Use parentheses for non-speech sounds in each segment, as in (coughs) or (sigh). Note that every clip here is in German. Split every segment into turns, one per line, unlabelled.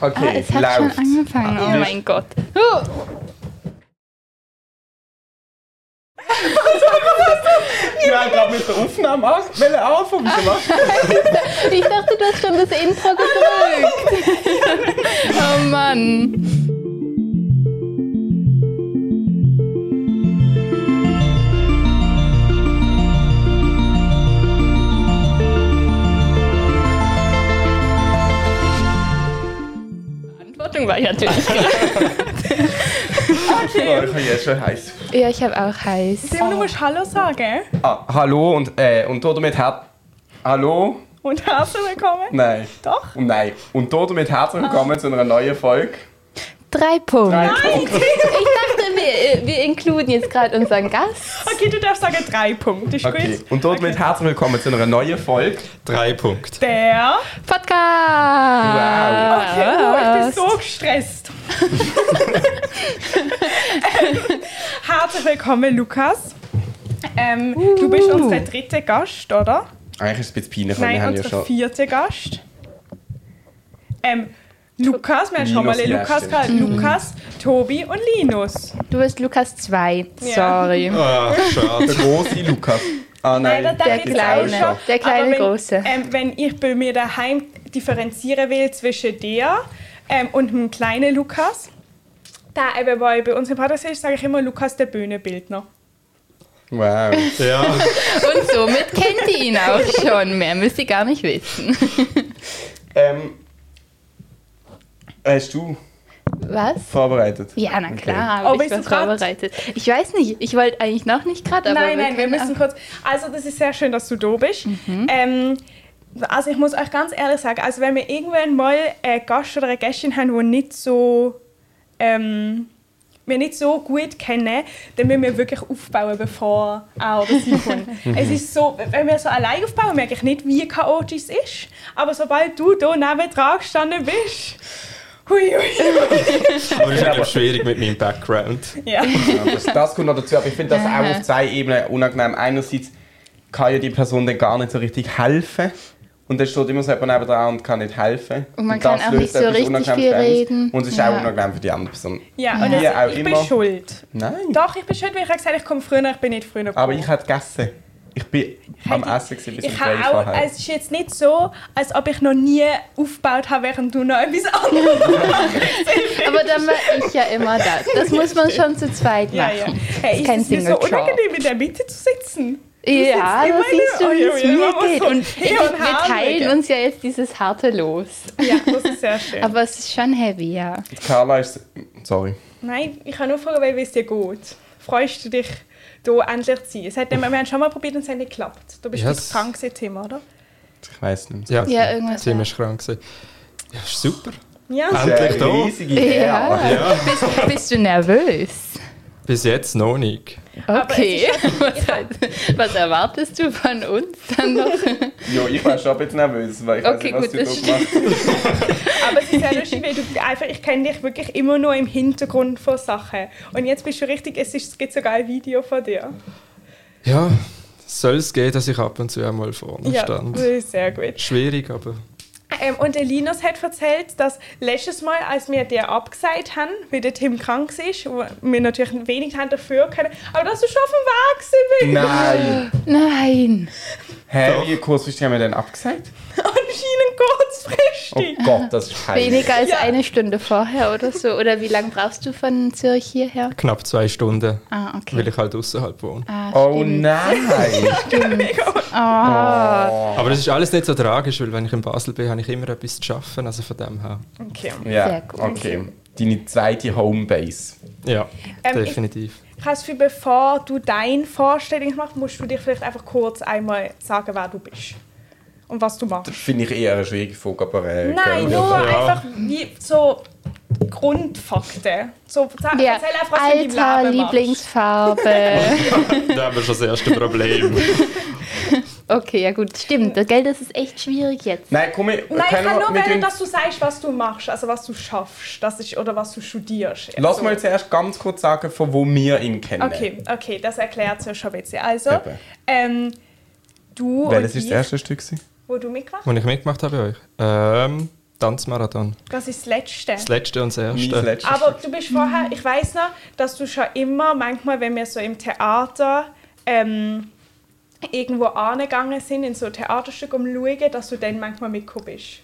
Okay,
ah, es hat
läuft.
schon angefangen. Oh
Wir-
mein Gott. Huh.
Wir haben gerade mit der Aufnahme an- wollen anfangen gemacht.
Ich dachte, du hast schon das Intro gedrückt. oh Mann. Verantwortung war ich natürlich.
Oh, ich habe jetzt schon heiß.
Ja, ich habe auch heiß.
Tim, du musst Hallo sagen.
Ah, hallo und, äh, und damit her... Hallo?
Und herzlich willkommen.
Nein.
Doch.
Und nein. Und damit herzlich willkommen zu einer neuen Folge.
Drei Punkte.
Nein.
Ich dachte, wir, wir inkluden jetzt gerade unseren Gast.
Okay, du darfst sagen drei Punkte. Ist
Okay.
gut.
Und damit herzlich willkommen zu einer neuen Folge.
Drei Punkte.
Der.
Podcast. Ah.
Wow.
Okay, oh, ich bin
(laughs)
so gestresst. Herzlich willkommen, Lukas. Ähm, Du bist unser dritter Gast, oder?
Eigentlich ist es ein bisschen peinlich, weil wir
Nein,
Uh. haben ja
unser
schon...
vierter Gast. Ähm, Lukas, wir haben schon mal
Linus
einen Lukas
Jährchen.
gehabt. Lukas, Tobi und Linus.
Du bist Lukas 2.
Ja.
Sorry.
Ah,
Der
schade.
große Lukas. Ah nein.
Nein,
Der
der, der
Kleine.
Kleine.
Der kleine
wenn,
Große.
Ähm, wenn ich bei mir daheim differenzieren will zwischen der ähm, und dem kleinen Lukas, da eben bei, bei uns im Podcast ist, sage ich immer Lukas der Bühnenbildner.
Wow.
(laughs) Ja,
Und somit kennt ihr ihn auch schon. Mehr müsst ihr gar nicht wissen.
Ähm, hast du
Was?
vorbereitet?
Ja, na klar,
Oh,
aber ich
willst
war
du grad?
vorbereitet. Ich weiß nicht, ich wollte eigentlich noch nicht gerade, aber
nein, nein, wir
können
müssen kurz. Also, das ist sehr schön, dass du da bist. Ähm, also, ich muss euch ganz ehrlich sagen, also, wenn wir irgendwann mal einen Gast oder eine Gästin haben, die nicht so. Ähm, wir nicht so gut kennen, dann müssen wir wirklich aufbauen, bevor er oder sie kommt. es ist so, wenn wir so allein aufbauen, merke ich nicht, wie chaotisch es ist. Aber sobald du da neben dran gestanden bist, hui, hui.
aber das ist glaub, schwierig mit meinem Background.
Ja,
ja.
Ähm, Das, das kommt noch dazu, aber ich finde das
Aha.
auch auf zwei Ebenen unangenehm. Einerseits kann ja die Person dann gar nicht so richtig helfen. Und dann steht immer so jemand nebenan und kann nicht helfen.
Und man kann
das
auch
löst
nicht so
etwas
richtig
unangenehm
viel
Fremdes.
reden.
Und es ist
Ja.
auch unangenehm für die andere Person.
ja, und
Ja.
das,
Ja, auch
ich
immer.
bin schuld.
Nein.
Doch, ich bin schuld, weil ich habe gesagt ich komme früher, ich bin nicht früher gekommen.
Aber ich habe gegessen. Ich bin am
Hätte-
Essen gewesen, bis um
Ich
drei
habe auch,
vorher.
es ist jetzt nicht so, als ob ich noch nie aufgebaut habe, während du noch etwas anderes
Aber dann war ich ja immer da. Das muss man schon zu zweit
ja, ja.
machen.
Hey,
ist kein
ist es mir so
Single Job.
unangenehm, in der Mitte zu sitzen.
Ja,
sitzt
da
immer
siehst du,
eine-
wie
Oh,
es
ja, ja,
mir
man muss
geht.
so
Und
hin und
wir
her
teilen
legen.
uns ja jetzt dieses harte Los.
Ja, das ist sehr schön.
Aber es ist schon heavy, ja.
Carla ist... Sorry.
Nein, ich kann nur fragen, weil wie es dir geht. Freust du dich, hier endlich zu sein? Es hat, nämlich- wir haben schon mal probiert und es hat nicht geklappt. Du bist
Yes.
yes. krank gewesen, Tim, oder?
Ich weiß nicht mehr.
Ja,
Ja, irgendwas.
Tim war krank. gewesen. Ja, ist super.
Ja.
Das
Ah.
ist
Endlich
eine
da.
riesige Ehre.
Ja.
Ja.
Bist, bist du nervös?
Bis jetzt noch nicht.
Okay. (laughs) Was, was erwartest du von uns dann noch? (laughs)
Ja, ich war schon ein bisschen nervös, weil ich
Okay,
weiß
gut,
nicht, was
das
du da gemacht
Aber es ist sehr lustig, weil du einfach, ich kenne dich wirklich immer nur im Hintergrund von Sachen. Und jetzt bist du richtig, es, ist, es gibt sogar ein Video von dir.
Ja, soll es gehen, dass ich ab und zu einmal vorne
Ja,
stand.
das ist sehr gut.
Schwierig, aber
Ähm, und der Linus hat erzählt, dass letztes Mal, als wir dir abgesagt haben, weil der Tim krank war, wo wir natürlich wenig haben dafür können, aber dass du schon auf dem Weg gewesen bist.
hast. Nein.
(laughs) Nein.
Hä,
Doch.
wie kurzfristig haben wir denn abgesagt?
Anscheinend
(laughs)
Oh
kurzfristig.
Gott, das ist peinlich.
Weniger als
Ja.
eine Stunde vorher oder so. Oder wie lange brauchst du von Zürich hierher?
knapp zwei Stunden,
Ah, okay.
weil ich halt außerhalb wohne.
Ah,
Oh
stimmt.
(laughs)
nein!
Ah.
Aber das ist alles nicht so tragisch, weil wenn ich in Basel bin, habe ich immer etwas zu schaffen. Also von dem her.
Okay.
Ja,
Sehr gut.
okay. Deine zweite Homebase.
Ja,
Ähm, ich-
definitiv.
Kannst du, bevor du deine Vorstellung machst, musst du dich vielleicht einfach kurz einmal sagen, wer du bist und was du machst.
Finde ich eher eine schwierige Frage, aber... Äh,
Nein,
gehen wir-
nur
Ja.
einfach wie so Grundfakten. So, erzähl
Ja.
erzähl einfach, was du in
Alter,
deinem Leben
(laughs)
machst.
Lieblingsfarbe.
(laughs) Da haben wir schon das erste Problem. (laughs)
Okay, ja gut, stimmt. Das Geld das ist echt schwierig jetzt.
Nein, komm, ich,
Nein, ich
können
kann
wir-
nur
wir
wählen,
tun-
dass du sagst, was du machst, also was du schaffst das ist, oder was du studierst.
Lass mal zuerst ganz kurz sagen, von wo wir ihn kennen.
Also- Okay, okay, das erklärt es ja schon ein bisschen. Also,
Eben.
ähm, du
Welches
und
ist das
ich,
erste Stück? gewesen?
wo du mitgemacht hast.
Wo ich mitgemacht habe bei euch. Ähm, Tanzmarathon.
Das ist das Letzte.
Das letzte und das
Mein
erste.
letztes
Aber du bist vorher, ich weiß noch, dass du schon immer, manchmal, wenn wir so im Theater ähm, irgendwo angegangen sind, in so ein Theaterstück umschauen, dass du dann manchmal mitgekommen bist.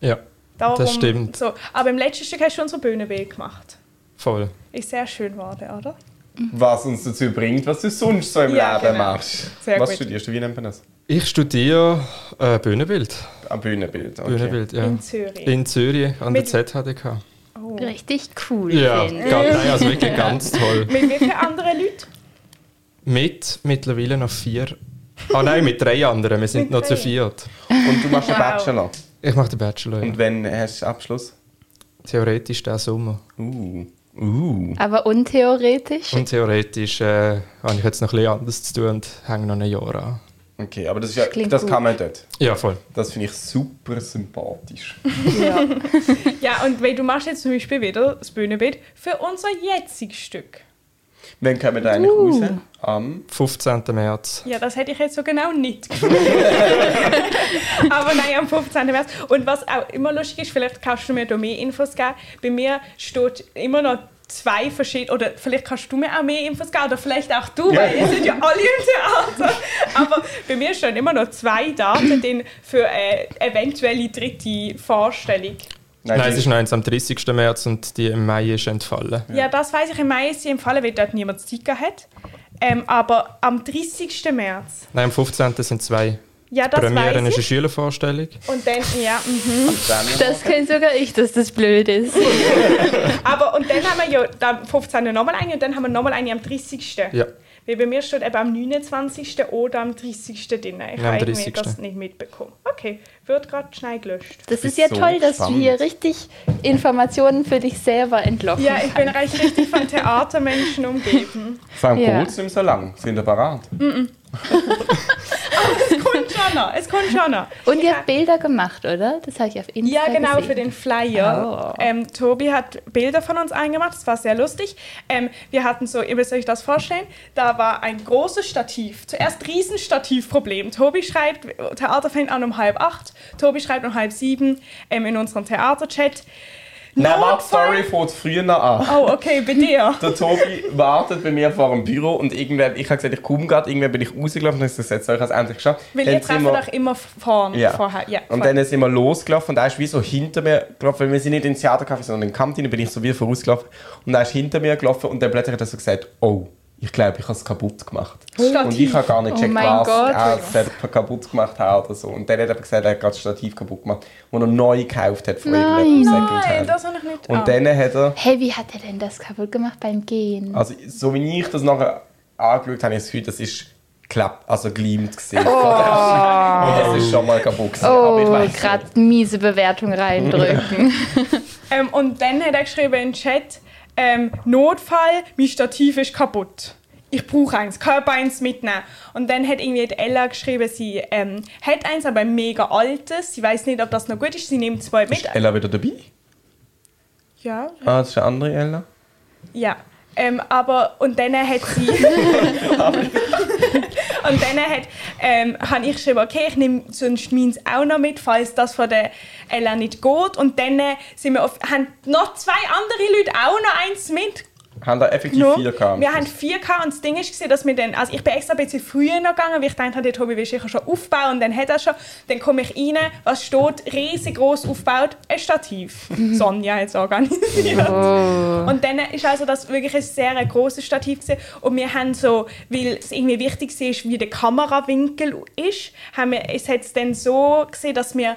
Ja, das stimmt.
So. Aber im letzten Stück hast du unser Bühnenbild gemacht.
Voll.
Ist sehr schön geworden, oder?
was uns dazu bringt, was du sonst so im
Ja,
Leben
genau.
machst.
Sehr
was
gut.
studierst du? Wie nennt man das?
Ich studiere äh, Bühnenbild.
Am Bühnenbild. Okay.
Bühnenbild, ja.
In Zürich.
In Zürich an der
Mit-
ZHDK.
Oh.
Richtig cool.
Ja, ganz,
finde ich.
(laughs)
nein, also wirklich ganz toll.
Mit wie vielen anderen Leuten?
Mit mittlerweile noch vier. Ah nein, mit drei anderen. Wir sind
Mit
noch zu
drei.
viert.
Und du machst einen
Wow.
Bachelor.
Ich mache den Bachelor. Ja.
Und wenn hast du Abschluss?
Theoretisch diesen Sommer.
Uh. Uh.
Aber untheoretisch.
Und theoretisch äh, habe ich jetzt noch etwas anderes zu tun und hänge noch ein Jahr an.
Okay, aber das, ist ja,
Klingt
das
gut.
kann man dort.
Ja, voll.
Das finde ich super sympathisch.
Ja.
Ja, und weil du machst jetzt zum Beispiel wieder das Bühnenbild für unser jetziges Stück.
Wann kommen wir da Ähm, eigentlich
Uh.
raus? Am
15. März.
Ja, das hätte ich jetzt so genau nicht (laughs) gewusst. Aber nein, am 15. März. Und was auch immer lustig ist, vielleicht kannst du mir da mehr Infos geben. Bei mir steht immer noch zwei verschiedene, oder vielleicht kannst du mir auch mehr Infos geben, oder vielleicht auch du, weil ihr sind ja alle im Theater. Aber bei mir stehen immer noch zwei Daten drin für eine eventuelle dritte Vorstellung.
Nein,
die-
es ist noch eins am 30. März und die im Mai ist entfallen.
Ja, das weiß ich im Mai ist sie im Fall, weil dort niemand Zeit gehabt hat. Ähm, aber am 30. März,
Nein, am 15. sind zwei.
ja, das
Premieren ist
weiß
eine
ich.
Schülervorstellung.
Und dann, ja, mhm.
dann-
Das kenne sogar ich, dass das blöd ist.
Aber und dann haben wir ja am 15. nochmal eine und dann haben wir nochmal eine am 30.
Ja.
(laughs) Weil bei mir steht eben am 29. oder am 30. drin. Ich
am
habe irgendwie
30..
das nicht mitbekommen. Okay, wird gerade schnell gelöscht.
Das
Bist
ist ja
so
toll, dass du
spannend.
hier richtig Informationen für dich selber entlocken
Ja, ich bin
kannst.
recht richtig von Theatermenschen umgeben.
Vor allem
Ja.
ja. nicht mehr so lang. Sind wir parat?
Es kommt schon noch, es kommt schon noch.
Und ihr habt Bilder gemacht, oder? Das habe ich auf Instagram
Ja, genau,
gesehen.
für den Flyer.
Oh.
Ähm, Tobi hat Bilder von uns eingemacht, das war sehr lustig. Ähm, wir hatten so, ihr müsst euch das vorstellen, da war ein großes Stativ. Zuerst Riesenstativproblem. Tobi schreibt, Theater fängt an um halb acht, Tobi schreibt um halb sieben ähm, in unserem Theaterchat.
Nein,
No
warte, sorry, fängt früher noch an.
Oh, okay, bei (laughs) dir.
Der Tobi wartet bei mir vor dem Büro und irgendwann, ich habe gesagt, ich komme gerade, irgendwann bin ich rausgelaufen und habe gesagt, jetzt habe ich es endlich geschafft.
Weil
Dann
ihr
sind
trefft
wir-
euch immer vorn,
Ja.
vorher. Ja,
und
voll.
dann sind wir losgelaufen und er ist wie so hinter mir gelaufen, weil wir sind nicht ins Theater gelaufen, sondern in die Kantine, bin ich so wie vorausgelaufen und er ist hinter mir gelaufen und dann plötzlich hat er so gesagt, oh, ich glaube, ich habe es kaputt gemacht. Und ich
Stativ.
habe gar nicht
Oh
gecheckt,
mein
was
Gott.
er selber kaputt gemacht hat oder so. Und dann hat er gesagt, er hat gerade das Stativ kaputt gemacht, das er neu gekauft hat von
Nein.
irgendjemandem
Nein,
Secondhand.
das habe ich nicht.
Und
ah.
dann hat er
Hey, wie hat er denn das kaputt gemacht beim Gehen?
also, so wie ich das nachher angeschaut habe, habe ich das Gefühl, das ist klapp, also gleimt gesehen. (laughs)
Oh.
Und das ist schon mal kaputt gewesen. aber ich
Oh,
weiss nicht.
gerade miese
(laughs)
Bewertung reindrücken.
Ähm, und dann hat er geschrieben in den Chat, ähm, Notfall, mein Stativ ist kaputt. Ich brauche eins, Körper eins mitnehmen. Und dann hat irgendwie die Ella geschrieben, sie ähm, hat eins, aber ein mega altes. Sie weiß nicht, ob das noch gut ist. Sie nimmt zwei mit.
Ist Ella wieder dabei?
Ja.
Ah, das ist eine andere Ella.
Ja. Ähm, aber und dann hat sie. (laughs) und dann hat, ähm, habe ich geschrieben, okay, ich nehme sonst meins auch noch mit, falls das von der Ella nicht geht. Und dann äh, sind wir auf, haben noch zwei andere Leute auch noch eins mit
Haben da effektiv
Nur,
vier gehabt?
Wir haben 4K und das Ding ist, gewesen, dass wir dann, also ich bin extra ein bisschen früher noch gegangen, weil ich dachte, der Tobi will sicher schon aufbauen und dann hat er schon. Dann komme ich rein, was steht, riesengroß aufgebaut, ein Stativ. Sonja hat es organisiert. Und dann ist also das wirklich ein sehr ein grosses Stativ gewesen. und wir haben so, weil es irgendwie wichtig war, wie der Kamerawinkel ist, haben wir, es hat es dann so gesehen, dass wir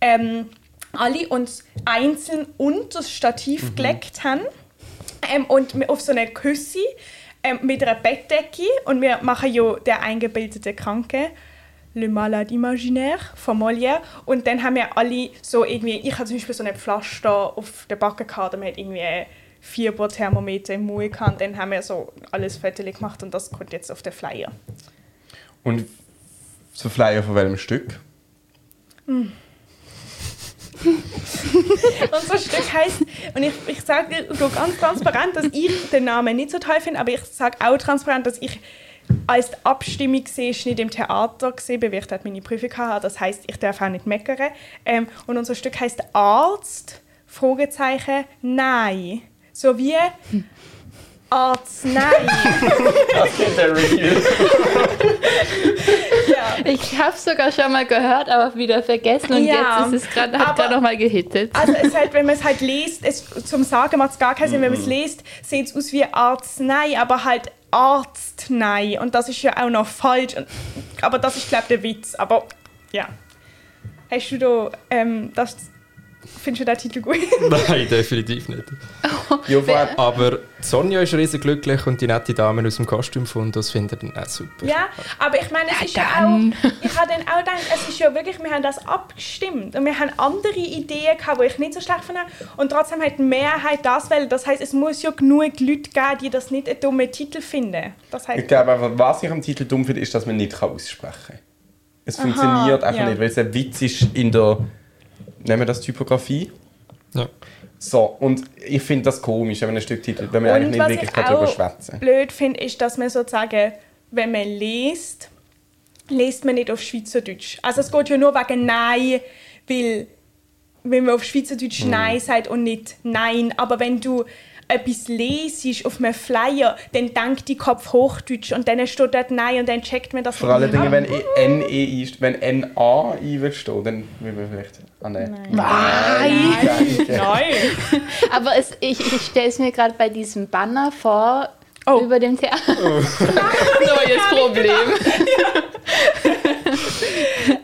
ähm, alle uns einzeln unter das Stativ gelegt haben ähm, und mi- auf so eine Küsse ähm, mit einer Bettdecke und wir machen ja der eingebildete Kranke Le Malade Imaginaire von Molière und dann haben wir alle so irgendwie, ich hatte zum Beispiel so eine Pflaster auf der Backe gehabt, und man hat irgendwie ein Fieberthermometer im Mund gehabt und dann haben wir so alles fertig gemacht und das kommt jetzt auf den Flyer.
Und so Flyer von welchem Stück?
(laughs) Unser Stück heißt, und ich, ich sage so ganz transparent, dass ich den Namen nicht so toll finde, aber ich sage auch transparent, dass ich als die Abstimmung war, war ich nicht im Theater, gewesen, weil ich dort meine Prüfung hatte. Das heisst, ich darf auch nicht meckern. Ähm, und unser Stück heisst «Arzt?» Fragezeichen «Nein». So wie «Arzt, nein».
Das ist der Review.
ja.
Ich habe sogar schon mal gehört, aber wieder vergessen und
Ja,
jetzt ist es gerade hat
aber-
gerade noch mal gehittet.
Also es halt, wenn man es halt liest, es, zum Sagen macht es gar keinen Sinn, wenn man es liest, sieht es aus wie Arznei, aber halt Arztnei. Und das ist ja auch noch falsch. Und, aber das ist, glaube ich, der Witz. Aber ja. Hast du da, ähm, das, findest du den Titel gut?
Nein, definitiv nicht.
Ja, vorher-
Aber Sonja ist riesenglücklich und die nette Dame aus dem Kostümfund, das findet ihr auch super.
ja, aber ich meine, es ist ja
dann.
auch, ich habe dann auch gedacht, es ist ja wirklich, wir haben das abgestimmt und wir haben andere Ideen gehabt, die ich nicht so schlecht fand und trotzdem hat die Mehrheit das wählen. Das heißt, es muss ja genug Leute geben, die das nicht einen dummen Titel finden. Das heißt,
Ich glaube einfach, was ich am Titel dumm finde, ist, dass man nicht kann aussprechen kann. Es funktioniert einfach
ja.
nicht, weil es ein Witz ist in der, nennen wir das Typografie.
Ja.
So, und ich finde das komisch, wenn man ein Stück Titel, wenn man
Und
eigentlich
was
nicht wirklich
ich
kann darüber
auch
schwätzen
blöd finde, ist, dass man sozusagen, wenn man liest, liest man nicht auf Schweizerdeutsch. Also es geht ja nur wegen Nein, weil wenn man auf Schweizerdeutsch
Hm.
Nein sagt und nicht Nein. Aber wenn du etwas lesest auf einem Flyer, dann denkt die Kopf Hochdeutsch und dann steht dort Nein und dann checkt man das
Vor allen
nicht.
Dingen, wenn E- N-E ist, wenn N-A-I wird stehen, dann will man vielleicht... Ah, nein.
Nein.
(laughs)
Nein.
Nein!
Aber es, ich, ich stelle es mir gerade bei diesem Banner vor
Oh.
über dem Theater. Neues Problem.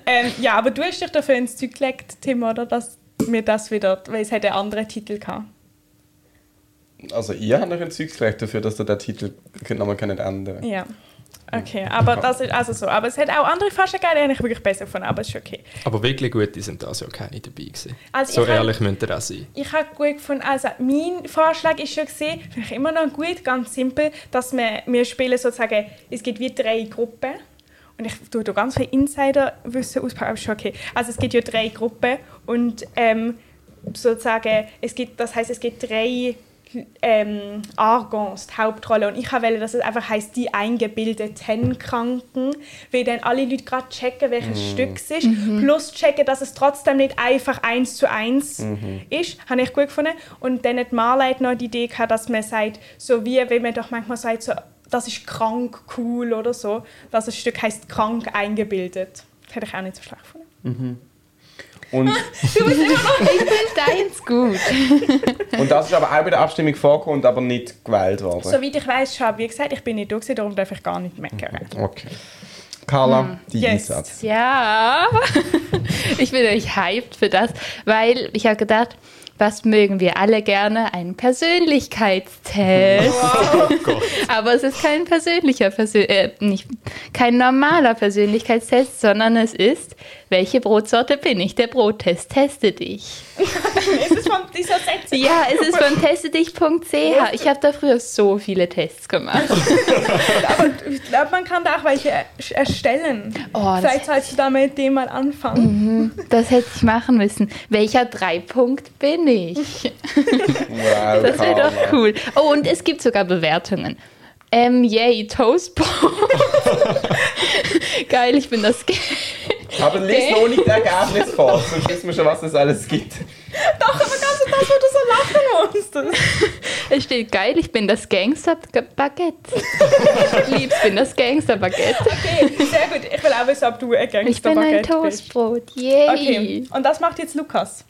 ähm, ja, aber du hast dich dafür ins Zeug gelegt, Tim, oder? Dass mir das wieder, weil es hätte einen anderen Titel gehabt.
Also ihr habt euch ein Zeug gelegt dafür, dass ihr den Titel nochmal ändern könnt.
Ja. Okay, aber das ist also so. Aber es hat auch andere Faschen gegeben, die habe ich wirklich besser gefunden, aber es ist okay.
Aber wirklich gute sind das ja keine dabei gewesen.
Also
so
ich hab-
ehrlich müsst ihr
(laughs)
auch sein.
Ich habe gut gefunden, also mein Vorschlag ist schon gesehen, finde ich immer noch gut, ganz simpel, dass wir, wir spielen sozusagen, es gibt wie drei Gruppen und ich tue da ganz viel Insiderwissen auspacken, aber ist schon okay. Also es gibt ja drei Gruppen und ähm, sozusagen, es gibt, das heißt es gibt drei ähm, Argons, die Hauptrolle. Und ich wähle, dass es einfach heißt die eingebildeten Kranken, weil dann alle Leute gerade checken, welches Stück es ist, plus checken, dass es trotzdem nicht einfach eins zu eins ist, habe ich gut gefunden. Und dann hat Marleit noch die Idee gehabt, dass man sagt, so wie wenn man doch manchmal sagt, so, das ist krank cool oder so, dass das Stück heißt krank eingebildet. Das hätte ich auch nicht so schlecht gefunden.
Und
Ich finde (laughs) deins gut.
Und das ist aber auch bei der Abstimmung vorgekommen und aber nicht gewählt worden.
Soweit ich weiß, schon, wie gesagt, ich bin nicht da, gewesen, darum darf ich gar nicht meckern.
Okay. Carla, die
Hm, Yes.
Einsatz.
Ja, (laughs) ich bin echt hyped für das, weil ich habe gedacht, was mögen wir alle gerne? Einen Persönlichkeitstest. (laughs) Aber es ist kein persönlicher, Persön äh, nicht, kein normaler Persönlichkeitstest, sondern es ist, welche Brotsorte bin ich? Der Brottest teste dich.
Ist (laughs) es von dieser
(laughs)
Sätze?
Ja, es ist von testedich.ch. Ich habe da früher so viele Tests gemacht.
Ich glaube, man kann da auch welche ersch- erstellen.
Oh, das- Mhm.
Vielleicht sollst du da mit dem mal anfangen.
Das hätte ich machen müssen. Welcher Dreipunkt bin ich?
Wow,
Das wäre
Carla.
doch cool. Oh, und es gibt sogar Bewertungen. Ähm, yay, Toastbrot. (laughs) Geil, ich bin das. Ge-
Aber lies noch nicht das Ergebnis vor, sonst wissen wir schon, was es alles gibt.
(laughs) Doch, aber ganz und das, wo du so lachen musst.
(laughs) Es steht geil, ich bin das Gangster-Baguette. Liebst bin das Gangster-Baguette.
Okay, sehr gut. Ich will auch wissen, ob du ein
Ich bin ein
Gangsterbaguette bist.
Toastbrot. Yay.
Okay, und das macht jetzt Lukas.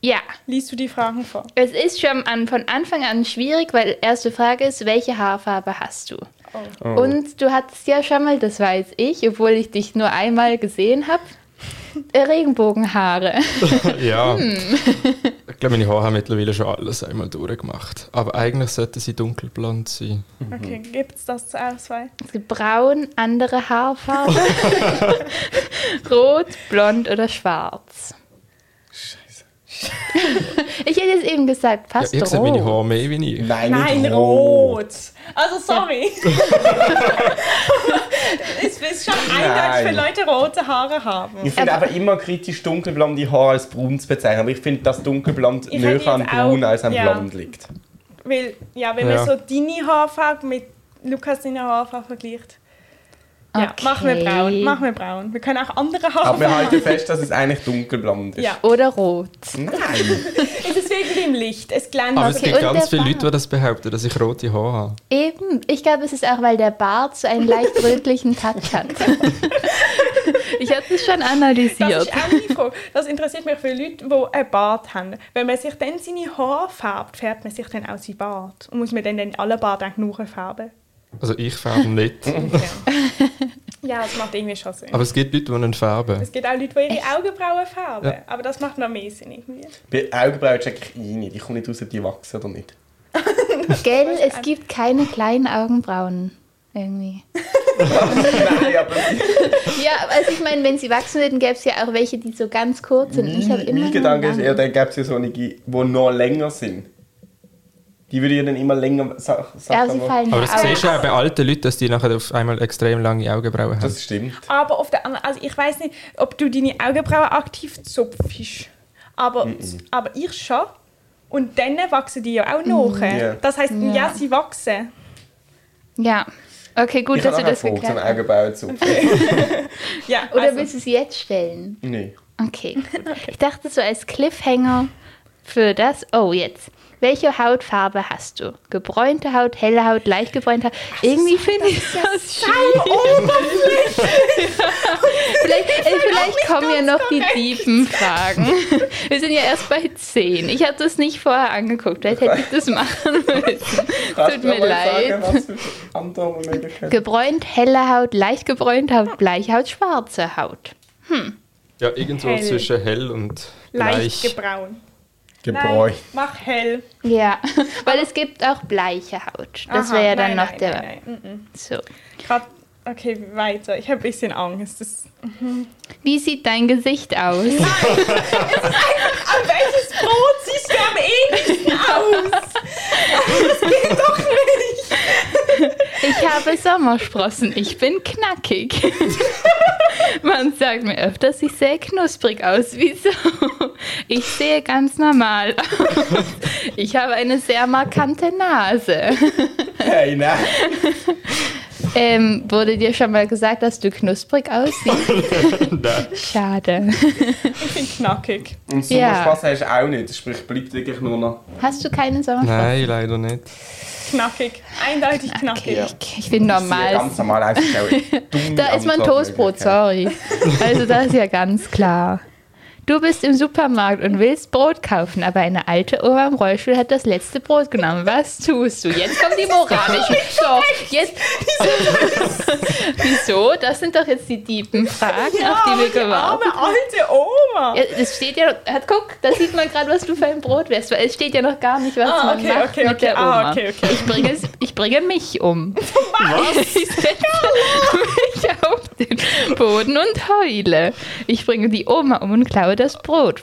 Ja,
Liest du die Fragen vor?
es ist schon an, von Anfang an schwierig, weil erste Frage ist, welche Haarfarbe hast du? Oh. Und du hattest ja schon mal, das weiß ich, obwohl ich dich nur einmal gesehen (laughs) habe, Regenbogenhaare.
Hm.
Ja. ich glaube, meine Haare haben mittlerweile schon alles einmal durchgemacht. Aber eigentlich sollten sie dunkelblond sein.
Okay, gibt es das zur Auswahl?
Es gibt braun, andere (laughs) Haarfarbe. Rot, blond oder schwarz.
Scheiße.
(laughs) Ich hätte jetzt eben gesagt,
Ja,
passt
ihr seht meine
rot.
Haare mehr wie
Mhm.
ich.
Nein,
Nein,
nicht
rot. Also, sorry. (laughs) es ist schon eindeutig, wenn
Nein.
Leute rote Haare haben.
Ich finde
Aber-
aber immer kritisch dunkelblonde Haare als braun zu bezeichnen, aber ich finde, dass dunkelblond
Ich
näher
hätte
an
jetzt
braun
auch-
als an
ja.
blond liegt.
Weil, ja, wenn
Ja.
man so deine Haarfarbe mit Lukas seine Haarfarbe vergleicht. Ja,
Okay.
machen wir braun. Machen wir braun. Wir können auch andere
Aber wir
Haarfarben.
halt-
halten fest, dass es eigentlich dunkelblond ist.
Ja.
Oder rot.
Nein.
Es ist wirklich im Licht. Es glänzt. Also,
Aber es
Okay,
gibt
und
ganz
der
viele Leute,
Bart.
die das behaupten, dass ich rote Haare habe.
Eben, ich glaube, es ist auch, weil der Bart so einen (laughs) leicht rötlichen Touch (laughs) hat. ich habe es schon
Das
analysiert.
ist auch meine Frage. Das interessiert mich für Leute, die einen Bart haben. Wenn man sich dann seine Haare färbt, färbt man sich dann auch seinen Bart. Und muss man dann, dann alle Bart auch nur färben?
Also ich
(laughs)
färbe nicht.
Ja. ja, das macht irgendwie schon Sinn.
Aber es gibt Leute, die ihn färben.
es gibt auch Leute, die ihre Augenbrauen färben.
Ja.
Aber das macht noch mehr Sinn irgendwie.
Bei Augenbrauen check ich eh nicht. Ich komme nicht raus, ob die wachsen oder nicht.
Gell, es gibt keine kleinen Augenbrauen. Irgendwie.
Nein, aber
Ja, also ich meine, wenn sie wachsen würden, gäbe es ja auch welche, die so ganz kurz sind. Ich habe
mein,
immer
mein
nur
Gedanke ist
lange.
eher, dann gäbe es ja solche, die noch länger sind. Die würden ja dann immer länger Sa
Ja,
Sachen
sie
machen.
fallen
Aber
ja
das siehst
auf.
du auch bei alten Leuten, dass die nachher auf einmal extrem lange Augenbrauen haben.
Das stimmt.
Aber auf der anderen, also ich weiß nicht, ob du deine Augenbrauen aktiv zupfst. Aber, aber ich schon. Und dann wachsen die ja auch nach.
Ja.
Das heißt, ja.
Mm. Ja.
sie wachsen.
Ja. Okay, gut,
ich
dass
habe
du
nachher
das
vor, so
geklärt
einen
hast.
Augenbrauen
(laughs)
zu.
Ja,
Oder
also-
willst du es jetzt stellen?
Nein.
Okay, gut. (laughs) Ich dachte so als Cliffhanger für das. Oh, jetzt. Welche Hautfarbe hast du? Gebräunte Haut, helle Haut, leicht gebräunte Haut. Irgendwie finde ich das schwierig. (laughs) vielleicht äh, vielleicht kommen ja noch die tiefen Fragen. Wir sind ja erst bei 10. Ich habe das nicht vorher angeguckt. Vielleicht hätte ich das machen müssen. Tut mir leid.
Sagen, was für andere Möglichkeiten?
Gebräunt, helle Haut, leicht gebräunte Haut, bleiche Haut, schwarze Haut.
Ja, irgendwo
Hell.
zwischen hell und
leicht
bleich.
gebraun.
Gebräu.
Nein, mach hell.
Ja, (laughs) weil es gibt auch bleiche Haut. Das
Aha,
wäre ja dann
nein,
noch
nein,
der.
Nein, nein, mhm.
So.
Grad, okay, weiter. Ich habe ein bisschen Angst. Das,
Wie sieht dein Gesicht aus?
(laughs) an welches Brot siehst du am ehesten aus? Das geht doch nicht.
Ich habe Sommersprossen. Ich bin knackig. (laughs) Man sagt mir öfters, ich sehe knusprig aus. Wieso? Ich sehe ganz normal (laughs) aus. Ich habe eine sehr markante Nase.
Hey, nein.
Ähm, wurde dir schon mal gesagt, dass du knusprig aussiehst? Schade.
Ich bin knackig.
Und
Ja.
Sommerspaß hast du auch nicht. Sprich, bleibt wirklich nur noch.
Hast du keine Sommersprossen?
Nein, leider nicht.
Knackig. Eindeutig knackig.
Ja.
Ich, ich bin normal.
Ich sehe Ganz normal
(laughs)
einfach
Da ist mein Toastbrot, sorry. Also das ist ja ganz klar. Du bist im Supermarkt und willst Brot kaufen, aber eine alte Oma im Rollstuhl hat das letzte Brot genommen. Was tust du? Jetzt kommen die moralischen. Doch, jetzt. Wieso? Das sind doch jetzt die tiefen Fragen, auf die wir
aber die
gewartet
arme alte Oma.
ja, es steht ja, hat, guck, da sieht man gerade, was du für ein Brot wärst, weil es steht ja noch gar nicht, was
Ah,
man
okay,
macht
okay,
mit
okay.
der Oma.
Ah, okay, okay.
Ich, bringe, es- ich bringe mich um. Was? (laughs) Ich setze mich auf den Boden und heule. Ich bringe die Oma um und klaue das Brot.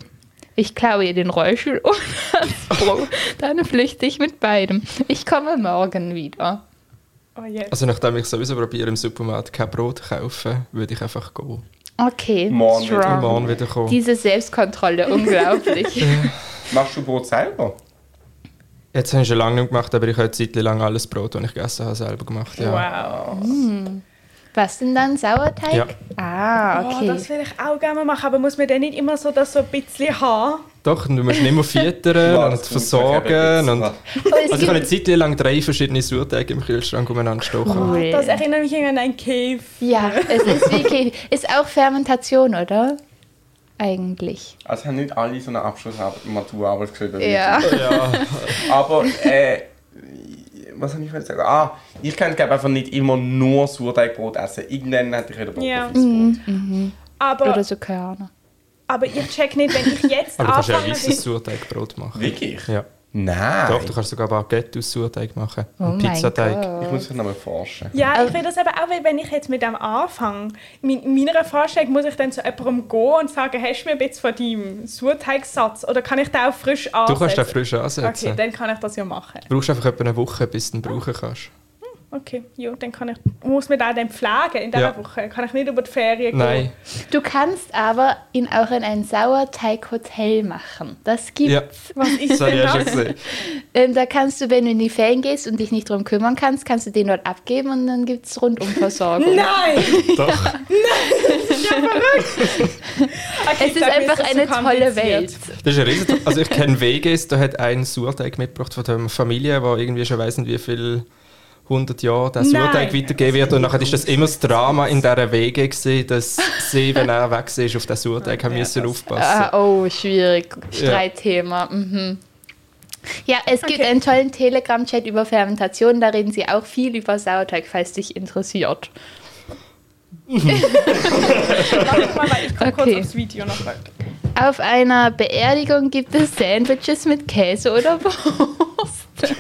Ich klaue ihr den Rollstuhl um und das Brot. Dann flüchte ich mit beidem. Ich komme morgen wieder.
Oh, jetzt.
Also nachdem ich sowieso probiere, im Supermarkt kein Brot zu kaufen, würde ich einfach gehen.
Okay,
Morgen wieder.
Und
strong.
morgen wieder kommen.
Diese Selbstkontrolle,
(laughs)
unglaublich.
Machst du Brot selber?
Jetzt habe ich schon lange nicht gemacht, aber ich habe eine Zeit lang alles Brot, das ich gegessen habe, selber gemacht. Ja.
Wow.
Was denn dann Sauerteig?
Ja.
Ah, okay.
Oh, das will ich auch gerne mal machen, aber muss man dann nicht immer so das so ein bisschen haben?
Doch, du musst nicht
(laughs)
mehr füttern
Ja,
und
das
versorgen. Und
kommt
Oh, es
also ich habe eine
gibt,
Zeit lang drei verschiedene Sauerteige im Kühlschrank umeinander gestochen.
Cool.
Das erinnert mich irgendwie an einen Cave.
ja, es ist wirklich. Ist auch Fermentation, oder? Eigentlich.
Also haben nicht alle so eine Abschlussmaturarbeit geschrieben. wie
Ja.
Ja.
du. Aber, äh, was habe ich jetzt sagen? Ah, ich kann glaube einfach nicht immer nur Sauerteigbrot essen. Irgendwann hätte ich wieder Bock
Ja.
auf ein
Mhm.
Brot.
Aber,
Oder so Körner.
aber ich check nicht, wenn ich jetzt
(laughs) Aber du kannst ja auch
anfange.
weisses Sauerteigbrot machen.
Wirklich?
Ja.
Nein.
Doch, du kannst sogar Baguette aus Sauerteig machen.
Oh
und
mein
Pizzateig.
Ich
Gott.
muss das nochmal forschen.
Ja,
Also
ich will das aber auch, weil wenn ich jetzt mit dem anfange, in meiner Vorstellung muss ich dann zu jemandem gehen und sagen, hast du mir jetzt von deinem Sauerteigsatz oder kann ich den auch frisch ansetzen?
Du kannst den frisch
Okay,
ansetzen.
dann kann ich das ja machen.
Du brauchst einfach etwa eine Woche, bis du ihn brauchen kannst.
Okay, ja, dann kann ich, muss mir da dann pflegen in dieser
Ja.
Woche. Kann ich nicht über die Ferien
Nein.
gehen.
Du kannst aber ihn auch in ein Sauerteig-Hotel machen. Das gibt's.
Ja,
Was ist
das habe ich
denn (laughs)
ja schon
das?
gesehen.
Ähm, da kannst du, wenn du in die Ferien gehst und dich nicht drum kümmern kannst, kannst du den dort abgeben und dann gibt es
(laughs)
Rundumversorgung.
Nein!
(laughs) Doch.
(laughs)
Okay,
es ist
sag mir,
einfach
das
eine
so
tolle
kompliziert?
Welt.
Das ist ein riesen Also ich kenne WGs, da hat ein Surteig mitgebracht von der Familie, wo irgendwie schon weiss nicht wie viel 100 Jahre der
Nein.
Surteig weitergegeben wird. Und nachher ist das immer das Drama in dieser WG gewesen, dass sie, wenn er weg ist, auf den Surteig haben
Ja,
müssen
das-
aufpassen.
Ah, oh, schwierig. Streitthema. Mhm. Ja, es gibt
Okay.
einen tollen Telegram-Chat über Fermentation. Da reden sie auch viel über Sauerteig, falls dich interessiert.
Warte mal, weil ich gucke
Okay.
kurz aufs Video noch. mal.
Auf einer Beerdigung gibt es Sandwiches mit Käse oder (laughs) Wurst.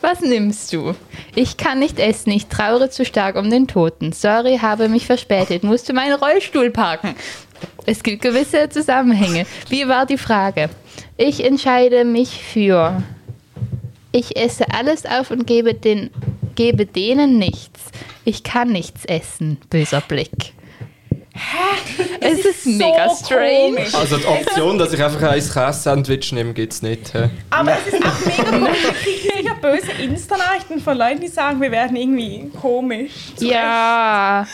Was nimmst du? Ich kann nicht essen, ich trauere zu stark um den Toten. Sorry, habe mich verspätet, musste meinen Rollstuhl parken. Es gibt gewisse Zusammenhänge. Wie war die Frage? Ich entscheide mich für. Ich esse alles auf und gebe, den, gebe denen nichts. Ich kann nichts essen. Böser Blick. Es, ist,
so
mega strange.
komisch.
Also die Option, dass ich einfach ein Käse-Sandwich nehme, gibt es nicht. hä?
Aber es ist auch mega komisch. Ich kriege mega böse Insta-Nachrichten von Leuten, die sagen, wir werden irgendwie komisch.
Ja.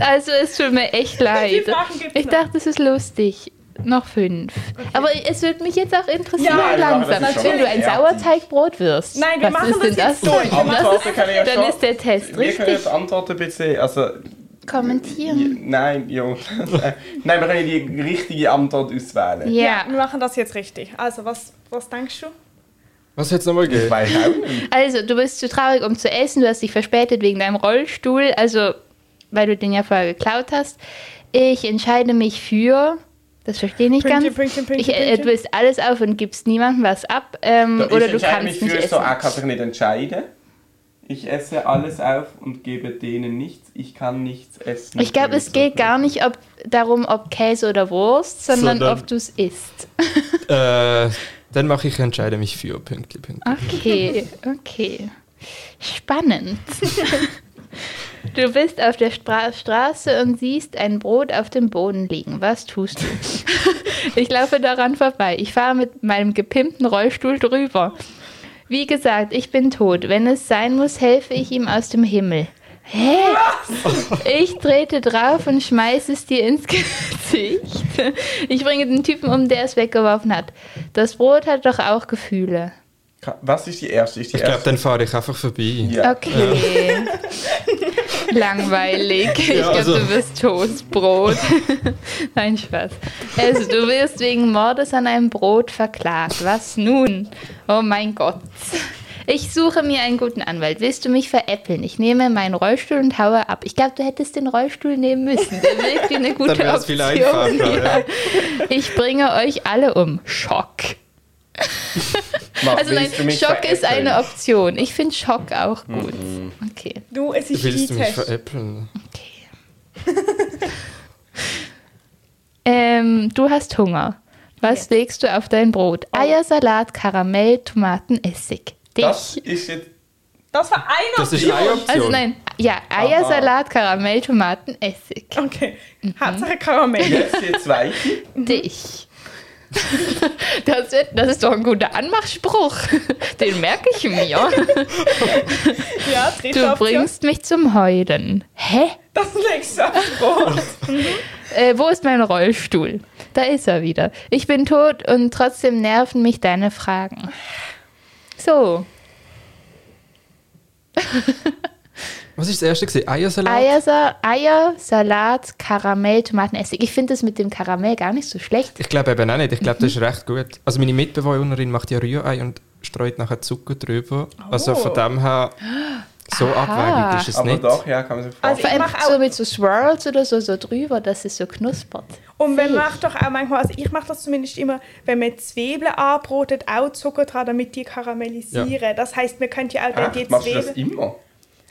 Also es tut mir echt leid.
Fragen gibt's
Ich
noch.
dachte, es ist lustig. Noch fünf. Aber es würde mich jetzt auch interessieren,
Ja, ja,
langsam.
das ist schon-
Wenn du ein
ja.
Sauerteigbrot wirst.
Nein, wir
was
machen
ist denn
das jetzt durch. Wir machen
das
Antworten kann ich ja
dann
schon.
ist der Test
Wir können
richtig.
jetzt antworten bitte. Also,
Kommentieren.
j- nein, jo. (laughs) nein, wir können die richtige Antwort auswählen.
Ja.
wir machen das jetzt richtig. Also, was, was denkst du?
Was hat es nochmal
Ich
gegeben?
weiß auch nicht.
Also, du bist zu traurig, um zu essen. Du hast dich verspätet wegen deinem Rollstuhl. Also, weil du den ja vorher geklaut hast. Ich entscheide mich für. Das verstehe ich nicht
Pünktchen,
ganz.
Pünktchen, Pünktchen,
ich, äh, du
Pünktchen.
willst alles auf und gibst niemandem was ab. Ähm,
ich
oder du
entscheide
kannst
mich
nicht
für
essen.
so, er kann sich nicht entscheiden. Ich esse alles auf und gebe denen nichts. Ich kann nichts essen.
Ich glaube, es geht gar nicht ob, darum, ob Käse oder Wurst, sondern
Sondern-
ob du es isst.
Äh, dann mache ich entscheide mich für Pünktli
Ah,
Pünktli.
Okay, okay. Spannend. Du bist auf der Stra Straße und siehst ein Brot auf dem Boden liegen. Was tust du? Ich laufe daran vorbei. Ich fahre mit meinem gepimpten Rollstuhl drüber. Wie gesagt, ich bin tot. Wenn es sein muss, helfe ich ihm aus dem Himmel. Hä? Ich trete drauf und schmeiße es dir ins (laughs) Gesicht. Ich bringe den Typen um, der es weggeworfen hat. Das Brot hat doch auch Gefühle.
Ka- Was ist die erste? Ist die
Ich glaube,
erste?
dann fahre ich einfach vorbei.
Ja.
Okay. (laughs) Langweilig. Ich
Ja,
glaube,
also-
du bist Toastbrot. Nein, Spaß. Also, du wirst wegen Mordes an einem Brot verklagt. Was nun? Oh mein Gott. Ich suche mir einen guten Anwalt. Willst du mich veräppeln? Ich nehme meinen Rollstuhl und haue ab. Ich glaube, du hättest den Rollstuhl nehmen müssen. Der wirkt wie eine
Dann
gute
wäre es
Option.
viel einfacher. Ja.
Ich bringe euch alle um. Schock.
Mach,
Also nein,
willst du mich
Schock ist
veräppeln?
eine Option. Ich finde Schock auch gut. Okay.
Du, es ist
Willst du mich
E-Test.
veräppeln?
Ah, Okay. ähm, du hast Hunger. Was legst du auf dein Brot? Eier, Salat, Karamell, Tomaten, Essig. Dich.
Das ist jetzt.
Das war eine
Das ist
Option.
eine Option.
also nein, ja, Eier,
Aha.
Salat, Karamell, Tomaten, Essig.
Okay,
Mhm.
Hauptsache Karamell.
Jetzt die zweite.
Dich. (laughs) Das, wird, das ist doch ein guter Anmachspruch. (laughs) Den merke ich mir.
Ja, dritte
Du
Option.
bringst mich zum Heulen. Hä?
Das legst du aufs Brot.
(laughs) Äh, wo ist mein Rollstuhl? Da ist er wieder. Ich bin tot und trotzdem nerven mich deine Fragen. So,
Was ist das erste? gewesen? Eiersalat?
Eier, Sa Eier Salat, Karamell, Tomatenessig. Ich finde das mit dem Karamell gar nicht so schlecht.
Ich glaube eben auch nicht. Ich glaube,
Mhm.
das ist recht gut. Also meine Mitbewohnerin macht ja Rührei und streut nachher Zucker drüber. Also
Oh.
von dem her, so abwägend ist es
Aber
nicht.
doch, ja, kann man sich vorstellen.
Also
Vor allem
Ich mach
so
auch-
mit so Swirls oder so, so drüber, dass es so knuspert.
Und man macht doch auch manchmal, also ich mache das zumindest immer, wenn man Zwiebeln anbrotet, auch Zucker dran, damit die karamellisieren. Das heißt, man könnte ja auch dann
Ach,
die
Ah, machst du das
Zwiebeln...
immer?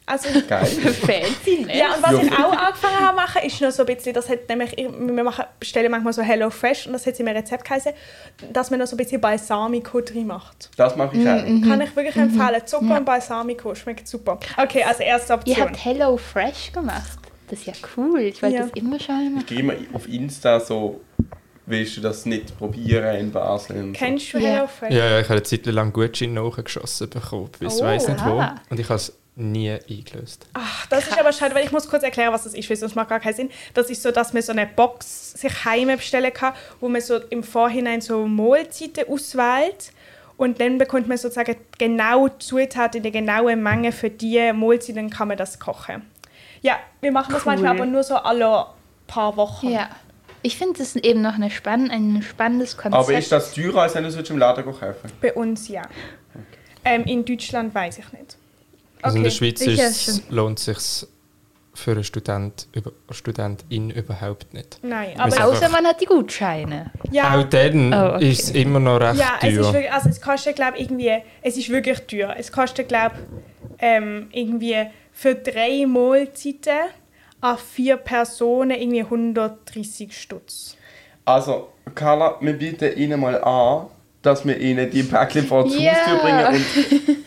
Also,
Geil.
(laughs) Fancy ne? Mensch.
ja, und was
Ja.
ich auch angefangen habe machen, ist noch so ein bisschen, das hat nämlich, wir machen, bestellen manchmal so Hello Fresh und das hat in einem Rezept geheißen, dass man noch so ein bisschen Balsamico drin macht.
Das mache ich auch.
Mhm.
Kann ich wirklich empfehlen. Zucker und Balsamico, schmeckt super. Okay, als erste
Ihr
Option.
habt Hello Fresh gemacht. Das ist ja cool. Ich wollte
Ja.
das immer schon mal
Ich gehe immer auf Insta so, willst du das nicht probieren in Basel? Und so.
Kennst du
Ja.
Hello Fresh?
Ja, ja, ich habe eine Zeit lang Gutschein nachgeschossen bekommen, bis
Oh, Ah,
ich weiss nicht wo.
ah.
Und ich habe es nie eingelöst.
Ach, das ist aber schade, weil ich muss kurz erklären, was das ist, weil sonst macht gar keinen Sinn. Das ist so, dass man so eine Box sich heim bestellen kann, wo man so im Vorhinein so Mahlzeiten auswählt und dann bekommt man sozusagen genau die Zutaten in der genauen Menge für die Mahlzeit, dann kann man das kochen. Ja, wir machen das
Cool.
manchmal aber nur so alle paar Wochen.
Ja. Ich finde das eben noch eine spann ein spannendes Konzept.
Aber ist das teurer, als wenn du es im Laden kaufen
Bei uns ja. Ähm, in Deutschland weiß ich nicht.
Also in der Schweiz
sicher
ist's- lohnt es sich für einen Student, über, Studentin überhaupt nicht.
Nein,
Wir sind
aber
Außer man hat die Gutscheine.
ja.
Auch dann
Oh, okay.
ist es immer noch recht
Ja, es ist
teuer.
wirklich, also es kostet glaube irgendwie, es ist wirklich teuer. Es kostet glaube ähm, irgendwie für drei Mahlzeiten an vier Personen irgendwie 130 Stutz.
Also, Carla, wir bieten Ihnen mal an, dass wir Ihnen die Päckchen vor die
Ja.
Haustür bringen und